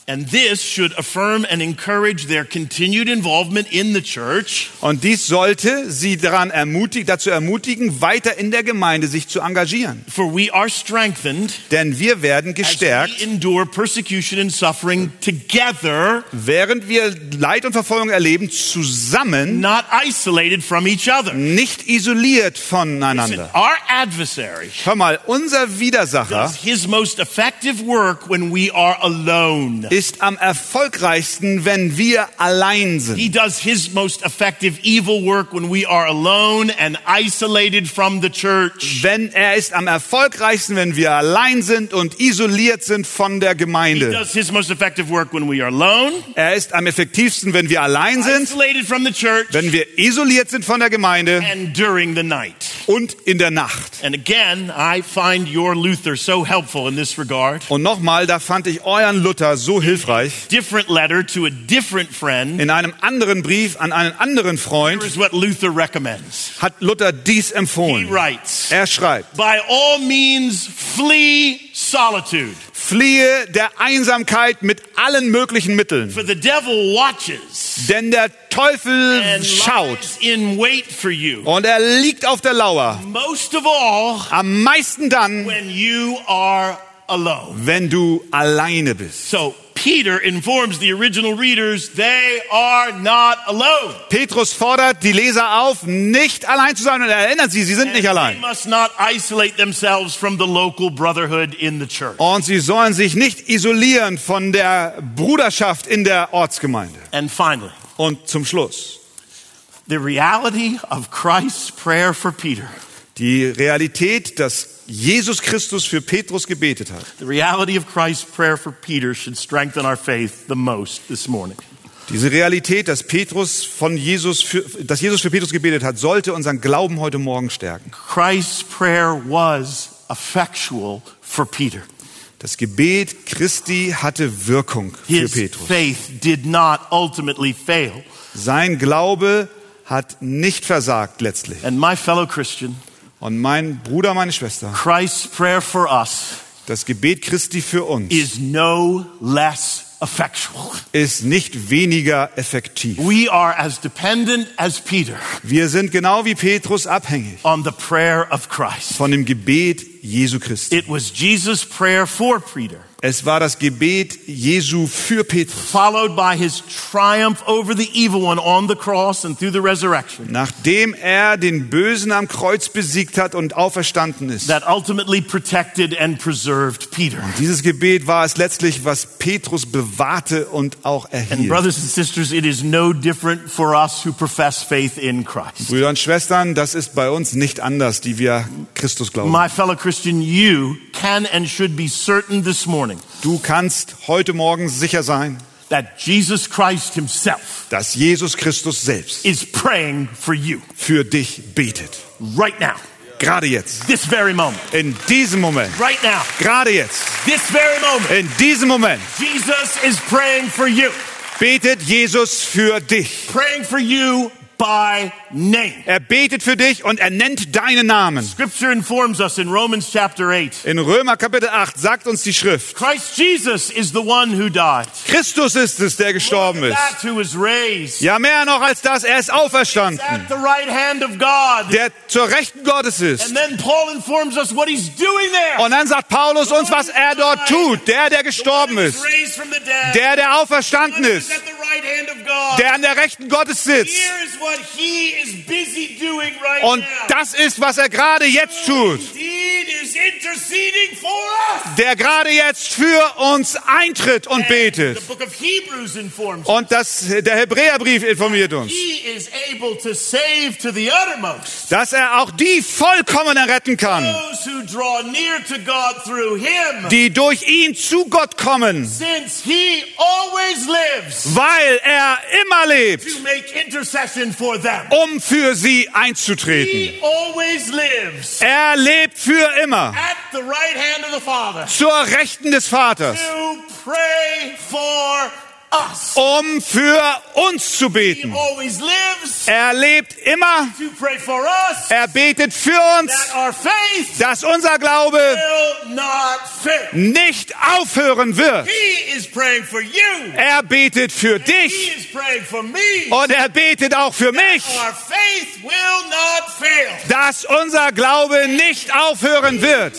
B: And this should affirm and encourage their continued involvement in the church
C: Und dies sollte sie daran ermutig, dazu ermutigen, weiter in der Gemeinde sich zu engagieren.
B: for we are strengthened
C: Denn wir werden
B: as we
C: gestärkt,
B: endure persecution and suffering together,
C: während wir Leid und Verfolgung erleben, zusammen,
B: not isolated from each other.
C: nicht isoliert
B: Listen,
C: voneinander.
B: our adversary
C: Hör mal, unser Widersacher
B: does his most effective work when we are alone.
C: ist am erfolgreichsten, wenn wir allein sind.
B: He does his most effective evil work when we are alone and isolated from the church.
C: Wenn er ist am erfolgreichsten, wenn wir allein sind und isoliert sind von der
B: He
C: Gemeinde.
B: does his most effective work when we are alone,
C: Er ist am effektivsten, wenn wir allein sind,
B: isolated from the church,
C: wenn wir isoliert sind von der Gemeinde
B: and during the night.
C: und in der Nacht.
B: And again, I find your Luther so helpful in this regard.
C: Und nochmal, da fand ich euren Luther so hilfreich.
B: Different letter to a different friend.
C: In einem anderen Brief an einen anderen
B: Here
C: Freund
B: is what Luther recommends.
C: hat Luther dies
B: He
C: empfohlen.
B: writes,
C: Er schreibt,
B: by all means, flee solitude,
C: fliehe der Einsamkeit mit allen möglichen Mitteln,
B: for the devil watches
C: denn der Teufel
B: and
C: schaut
B: lies in wait for you.
C: und er liegt auf der Lauer.
B: Most of all,
C: Am meisten dann,
B: when you are alone.
C: wenn du alleine bist.
B: So Peter informs the original readers they are not alone.
C: Petrus fordert die Leser auf, nicht allein zu sein und er erinnert sie, sie sind nicht
B: They
C: allein.
B: must not isolate themselves from the local brotherhood in the church.
C: Und sie sollen sich nicht isolieren von der Bruderschaft in der Ortsgemeinde.
B: And finally,
C: Und zum Schluss,
B: the reality of Christ's prayer for Peter,
C: die Realität, dass Jesus Christus für Petrus gebetet hat.
B: the reality of Christ's prayer for Peter should strengthen our faith the most this morning.
C: Diese Realität, dass Petrus von Jesus für, dass Jesus für Petrus gebetet hat, sollte unseren Glauben heute Morgen stärken.
B: Christ's prayer was effectual for Peter.
C: Das Gebet Christi hatte Wirkung für
B: His
C: Petrus.
B: faith did not ultimately fail.
C: Sein Glaube hat nicht versagt letztlich.
B: And my fellow Christian,
C: Und mein Bruder, meine Schwester,
B: Christ's prayer for us
C: Das Gebet Christi für uns
B: is no less effectual.
C: ist nicht weniger effektiv.
B: We are as dependent as Peter
C: Wir sind genau wie Petrus abhängig
B: on the prayer of Christ.
C: von dem Gebet Jesu Christi.
B: It was Jesus' prayer for Peter,
C: Es war das Gebet Jesu für Petrus.
B: followed by his triumph over the evil one on the cross and through the resurrection,
C: Nachdem er den Bösen am Kreuz besiegt hat und auferstanden ist.
B: that ultimately protected and preserved Peter.
C: Dieses Gebet war es letztlich, was Petrus bewahrte und auch
B: And
C: erhielt.
B: brothers and sisters, it is no different for us who profess faith in Christ.
C: Brüder und Schwestern, das ist bei uns nicht anders, die wir Christus glauben.
B: My fellow Christian, you can and should be certain this morning
C: Du kannst heute Morgen sicher sein,
B: that Jesus Christ himself
C: dass Jesus Christus selbst
B: is praying for you
C: für dich betet.
B: right now,
C: Gerade jetzt.
B: this very moment,
C: In diesem Moment.
B: right now,
C: Gerade jetzt.
B: this very moment.
C: In diesem Moment
B: Jesus is praying for you,
C: betet Jesus für dich.
B: praying for you by name.
C: Er betet für dich und er nennt deinen Namen.
B: Scripture informs us in Romans chapter 8
C: In Römer Kapitel 8 sagt uns die Schrift,
B: Christ Jesus is the one who died.
C: Christus ist es, der gestorben
B: Look
C: ist.
B: at That who was raised.
C: Ja, mehr noch als das, er ist auferstanden,
B: At the right hand of God.
C: der zur Rechten Gottes ist.
B: And then Paul informs us what he's doing there.
C: Und dann sagt Paulus uns, was er dort tut. Der, der
B: The one
C: gestorben
B: who was
C: ist.
B: raised from the dead.
C: Der, der
B: The one
C: auferstanden
B: who is
C: ist.
B: at the right hand of God.
C: Der an der Rechten Gottes sitzt.
B: Here is what he is busy doing right
C: Und
B: now.
C: das ist, was er gerade jetzt tut.
B: Indeed is interceding for us.
C: der gerade jetzt für uns eintritt und
B: The
C: betet.
B: book of Hebrews informs
C: Und das, der Hebräerbrief informiert uns,
B: he is able to save to the uttermost
C: dass er auch die vollkommen retten kann,
B: those who draw near to God through him,
C: die durch ihn zu Gott kommen,
B: since he always lives
C: weil er immer lebt,
B: to make intercession for them.
C: um für sie einzutreten.
B: He always lives
C: Er lebt für immer
B: at the right hand of the Father
C: zur Rechten des Vaters,
B: to pray for us.
C: um für uns zu
B: He
C: beten.
B: always lives
C: Er lebt immer,
B: to pray for us
C: er betet für
B: that
C: uns,
B: our faith
C: dass unser Glaube
B: will not fail.
C: nicht aufhören wird.
B: He is praying for you.
C: Er betet für dich.
B: He is praying for me.
C: Und er betet auch für mich,
B: Our faith will not fail.
C: dass unser Glaube nicht aufhören wird.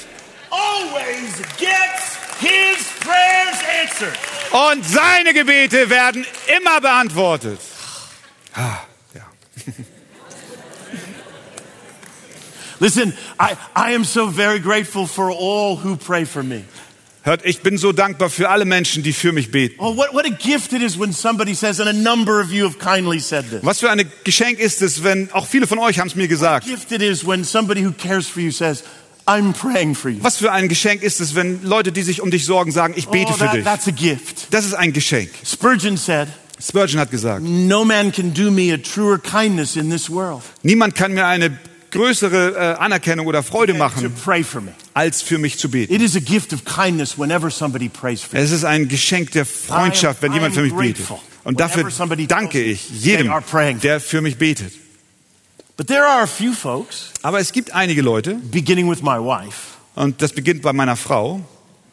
B: Always gets his prayers answered.
C: Und seine Gebete werden immer beantwortet. Ah, ja.
B: Listen, I, I am so very grateful for all who pray for me.
C: Hört, ich bin so dankbar für alle Menschen, die für mich beten.
B: Oh, what, what a gift it is when somebody says, and a number of you have kindly said this.
C: Was für ein Geschenk ist es, wenn, auch viele von euch haben es mir gesagt,
B: gift it is when somebody who cares for you says, I'm praying for you.
C: was für ein Geschenk ist es, wenn Leute, die sich um dich sorgen, sagen, ich bete
B: Oh,
C: für
B: that,
C: dich.
B: that's a gift.
C: Das ist ein Geschenk.
B: Spurgeon said,
C: Spurgeon hat gesagt,
B: No man can do me a truer kindness in this world
C: niemand kann mir eine größere äh, Anerkennung oder Freude
B: than to
C: machen,
B: pray for me.
C: als für mich zu beten.
B: It is a gift of kindness whenever somebody prays for you.
C: Es ist ein Geschenk der Freundschaft, wenn
B: I am-
C: jemand für mich
B: I am
C: betet.
B: grateful
C: Und dafür
B: whenever somebody
C: danke
B: tells
C: ich
B: me
C: jedem,
B: they are praying.
C: der für mich betet.
B: But there are a few folks,
C: Aber es gibt einige Leute,
B: beginning with my wife,
C: und das beginnt bei meiner Frau,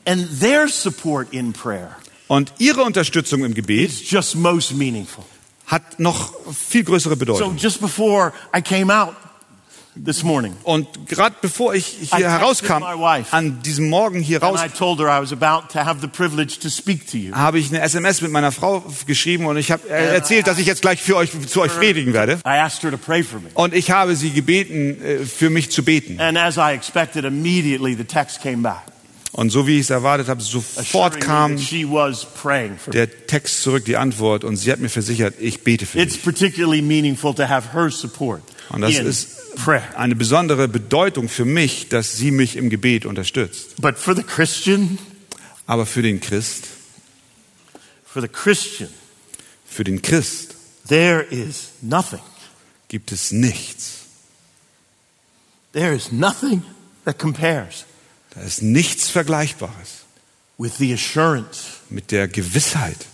B: and their support in prayer
C: und ihre Unterstützung im Gebet
B: is just most meaningful.
C: hat noch viel größere
B: So
C: Bedeutung.
B: just before I came out this morning,
C: Und gerade bevor ich
B: I
C: hier
B: texted
C: herauskam,
B: my wife.
C: an diesem Morgen hier
B: and
C: raus,
B: I told her I was about to have the privilege to speak to you.
C: habe ich eine SMS mit meiner Frau geschrieben und ich habe äh, erzählt, dass ich jetzt gleich für euch, zu euch predigen werde.
B: I asked her to pray for me.
C: Und ich habe sie gebeten, äh, für mich zu beten.
B: And as I expected, immediately the text came back.
C: Und so wie ich es erwartet habe,
B: assuring
C: sofort
B: me
C: kam
B: that she was praying for me.
C: der Text zurück, die Antwort. Und sie hat mir versichert, ich bete für
B: It's
C: dich.
B: particularly meaningful to have her support
C: Und das
B: in
C: ist-
B: prayer.
C: Eine besondere Bedeutung für mich, dass sie mich im Gebet unterstützt.
B: But for the Christian,
C: Aber für den Christ,
B: for the Christian,
C: für den Christ
B: there is nothing.
C: gibt es nichts.
B: There is nothing that compares
C: Da ist nichts Vergleichbares
B: with the assurance,
C: mit der Gewissheit,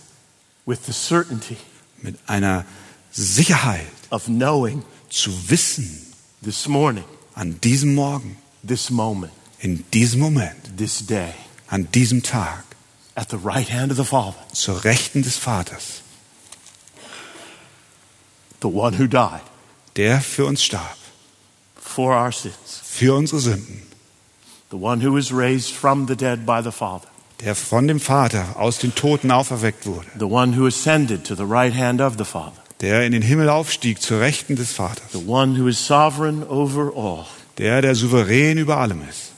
B: with the certainty
C: mit einer Sicherheit
B: of knowing
C: zu wissen,
B: this morning,
C: an diesem Morgen,
B: this moment,
C: in diesem Moment,
B: this day,
C: an diesem Tag,
B: at the right hand of the Father,
C: zur Rechten des Vaters,
B: the one who died
C: der für uns starb,
B: for our sins,
C: für unsere Sünden,
B: the one who was raised from the dead by the Father,
C: der von dem Vater aus den Toten auferweckt wurde.
B: the one who ascended to the right hand of the Father.
C: der in den Himmel aufstieg zur Rechten des
B: the
C: Vaters,
B: one who is sovereign over all.
C: der der Souverän über allem ist.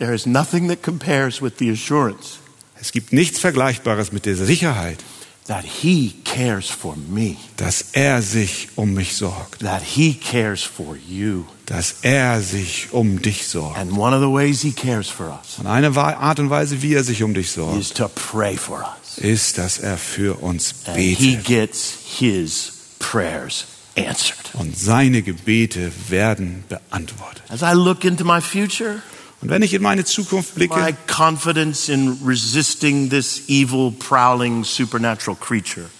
B: There is nothing that compares with the assurance
C: Es gibt nichts Vergleichbares mit der Sicherheit,
B: that he cares for me,
C: dass er sich um mich sorgt,
B: that he cares for you.
C: dass er sich um dich sorgt.
B: And one of the ways he cares for us
C: Und eine Wa- Art und Weise, wie er sich um dich sorgt,
B: is to pray for us.
C: ist, dass er für uns
B: And he
C: betet.
B: gets his prayers answered.
C: Und seine Gebete werden beantwortet.
B: As I look into my future,
C: Und wenn ich in meine Zukunft
B: my
C: blicke,
B: confidence in resisting this evil, prowling, supernatural creature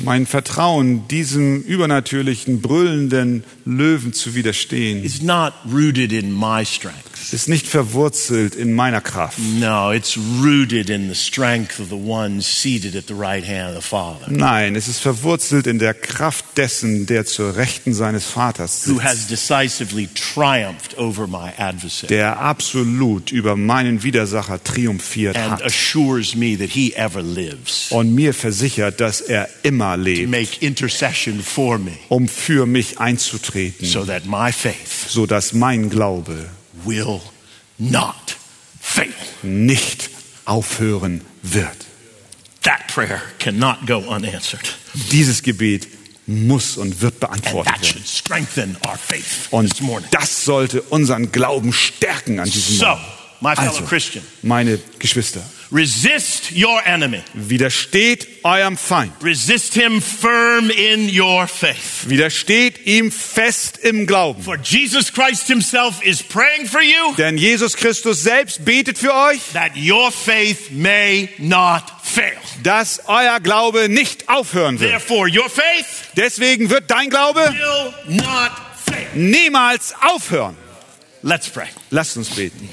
C: mein Vertrauen, diesem übernatürlichen, brüllenden Löwen zu widerstehen,
B: is not rooted in my strength.
C: ist nicht verwurzelt in meiner Kraft.
B: No, it's rooted in the strength of the one seated at the right hand of the Father,
C: Nein, es ist verwurzelt in der Kraft dessen, der zur Rechten seines Vaters
B: who has
C: sitzt,
B: decisively triumphed over my adversary
C: der absolut über meinen Widersacher triumphiert
B: and
C: hat
B: assures me that he ever lives
C: und mir versichert, dass er immer
B: to
C: lebt,
B: make intercession for me
C: um für mich einzutreten,
B: so that my faith
C: so dass mein Glaube
B: will not fail.
C: nicht aufhören wird.
B: That prayer cannot go unanswered.
C: Dieses Gebet muss und wird
B: And
C: beantwortet
B: that
C: werden.
B: should strengthen our faith
C: Und
B: this morning.
C: das sollte unseren Glauben stärken an diesem
B: So,
C: Morgen.
B: my fellow
C: Also,
B: Christian,
C: meine Geschwister,
B: resist your enemy,
C: widersteht eurem Feind.
B: resist him firm in your faith.
C: Widersteht ihm fest im Glauben.
B: For Jesus Christ himself is praying for you
C: Denn Jesus Christus selbst betet für euch,
B: that your faith may not fail.
C: dass euer Glaube nicht aufhören wird.
B: Therefore, your faith
C: Deswegen wird dein Glaube
B: will not fail.
C: niemals aufhören.
B: Let's pray.
C: Lasst uns beten.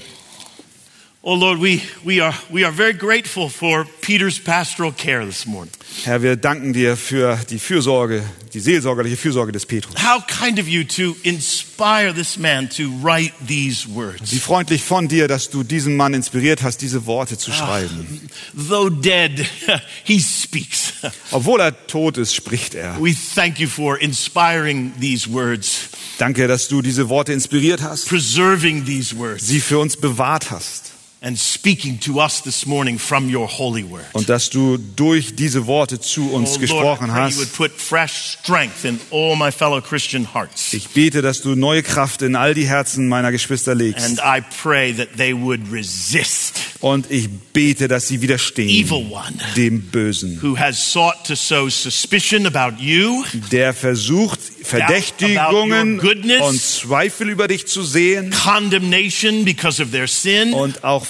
B: Oh Lord, we, we, are, we are very grateful for Peter's pastoral care this morning.
C: Herr, wir danken dir für die Fürsorge, die seelsorgerliche Fürsorge des Petrus.
B: How kind of you to inspire this man to write these
C: Wie
B: words.
C: freundlich von dir, dass du diesen Mann inspiriert hast, diese Worte zu schreiben.
B: Though dead, [laughs] he speaks.
C: Obwohl er tot ist, spricht er.
B: We thank you for inspiring these words,
C: Danke, dass du diese Worte inspiriert hast,
B: preserving these words,
C: sie für uns bewahrt hast
B: and speaking to us this morning from your holy word.
C: und dass du durch diese Worte zu
B: Oh,
C: uns
B: Lord, I
C: gesprochen
B: pray you would
C: hast.
B: put fresh strength in all my fellow Christian hearts.
C: Ich bete, dass du neue Kraft in all die Herzen meiner Geschwister legst.
B: And I pray that they would resist
C: Und ich bete, dass sie
B: evil
C: widerstehen
B: one
C: dem Bösen,
B: who has sought to sow suspicion about you
C: der versucht, Verdächtigungen und Zweifel über dich zu sehen
B: condemnation because of their sin.
C: und auch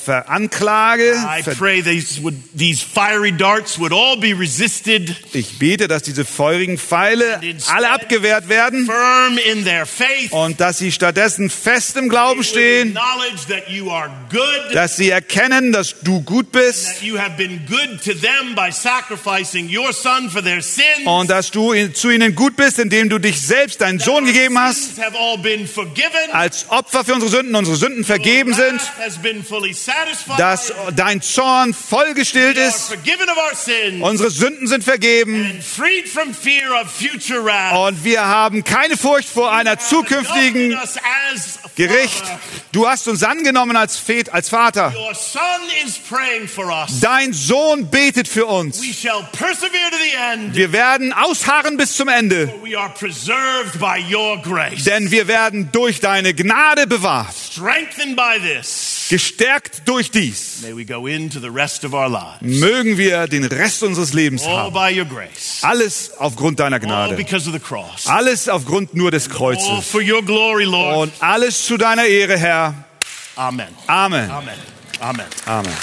C: Veranklage.
B: I pray these would these fiery darts would all be resisted
C: Ich bete, dass diese feurigen Pfeile alle abgewehrt werden
B: firm in their faith.
C: und dass sie stattdessen fest im
B: They
C: Glauben
B: would
C: stehen,
B: Acknowledge that you are good,
C: dass sie erkennen, dass du gut bist
B: that you have been good to them by sacrificing your son for their sins.
C: und dass du in- zu ihnen gut bist, indem du dich selbst deinen
B: that
C: Sohn
B: our
C: gegeben hast,
B: sins have all been forgiven.
C: als Opfer für unsere Sünden, unsere Sünden vergeben
B: Our
C: sind,
B: wrath Has been fully satisfied.
C: dass dein Zorn vollgestillt
B: we are
C: ist,
B: forgiven of our sins
C: unsere Sünden sind vergeben
B: and freed from fear of future wrath.
C: und wir haben keine Furcht vor einer
B: Adopted
C: zukünftigen
B: us as a
C: Gericht.
B: father.
C: Du hast uns angenommen als, Väter, als Vater.
B: Your son is praying for us.
C: Dein Sohn betet für uns.
B: We shall persevere to the end.
C: Wir werden ausharren bis zum Ende,
B: for We are preserved by your grace.
C: denn wir werden durch deine Gnade bewahrt,
B: Strengthened by this,
C: gestärkt durch dies.
B: may we go into the rest of our lives.
C: Mögen wir den Rest unseres Lebens
B: All
C: haben.
B: by your grace.
C: Alles aufgrund deiner
B: All
C: Gnade.
B: because of the cross.
C: Alles aufgrund nur des
B: All
C: Kreuzes.
B: for your glory, Lord.
C: Und alles zu deiner Ehre, Herr.
B: Amen.
C: Amen.
B: Amen. Amen.
C: Amen.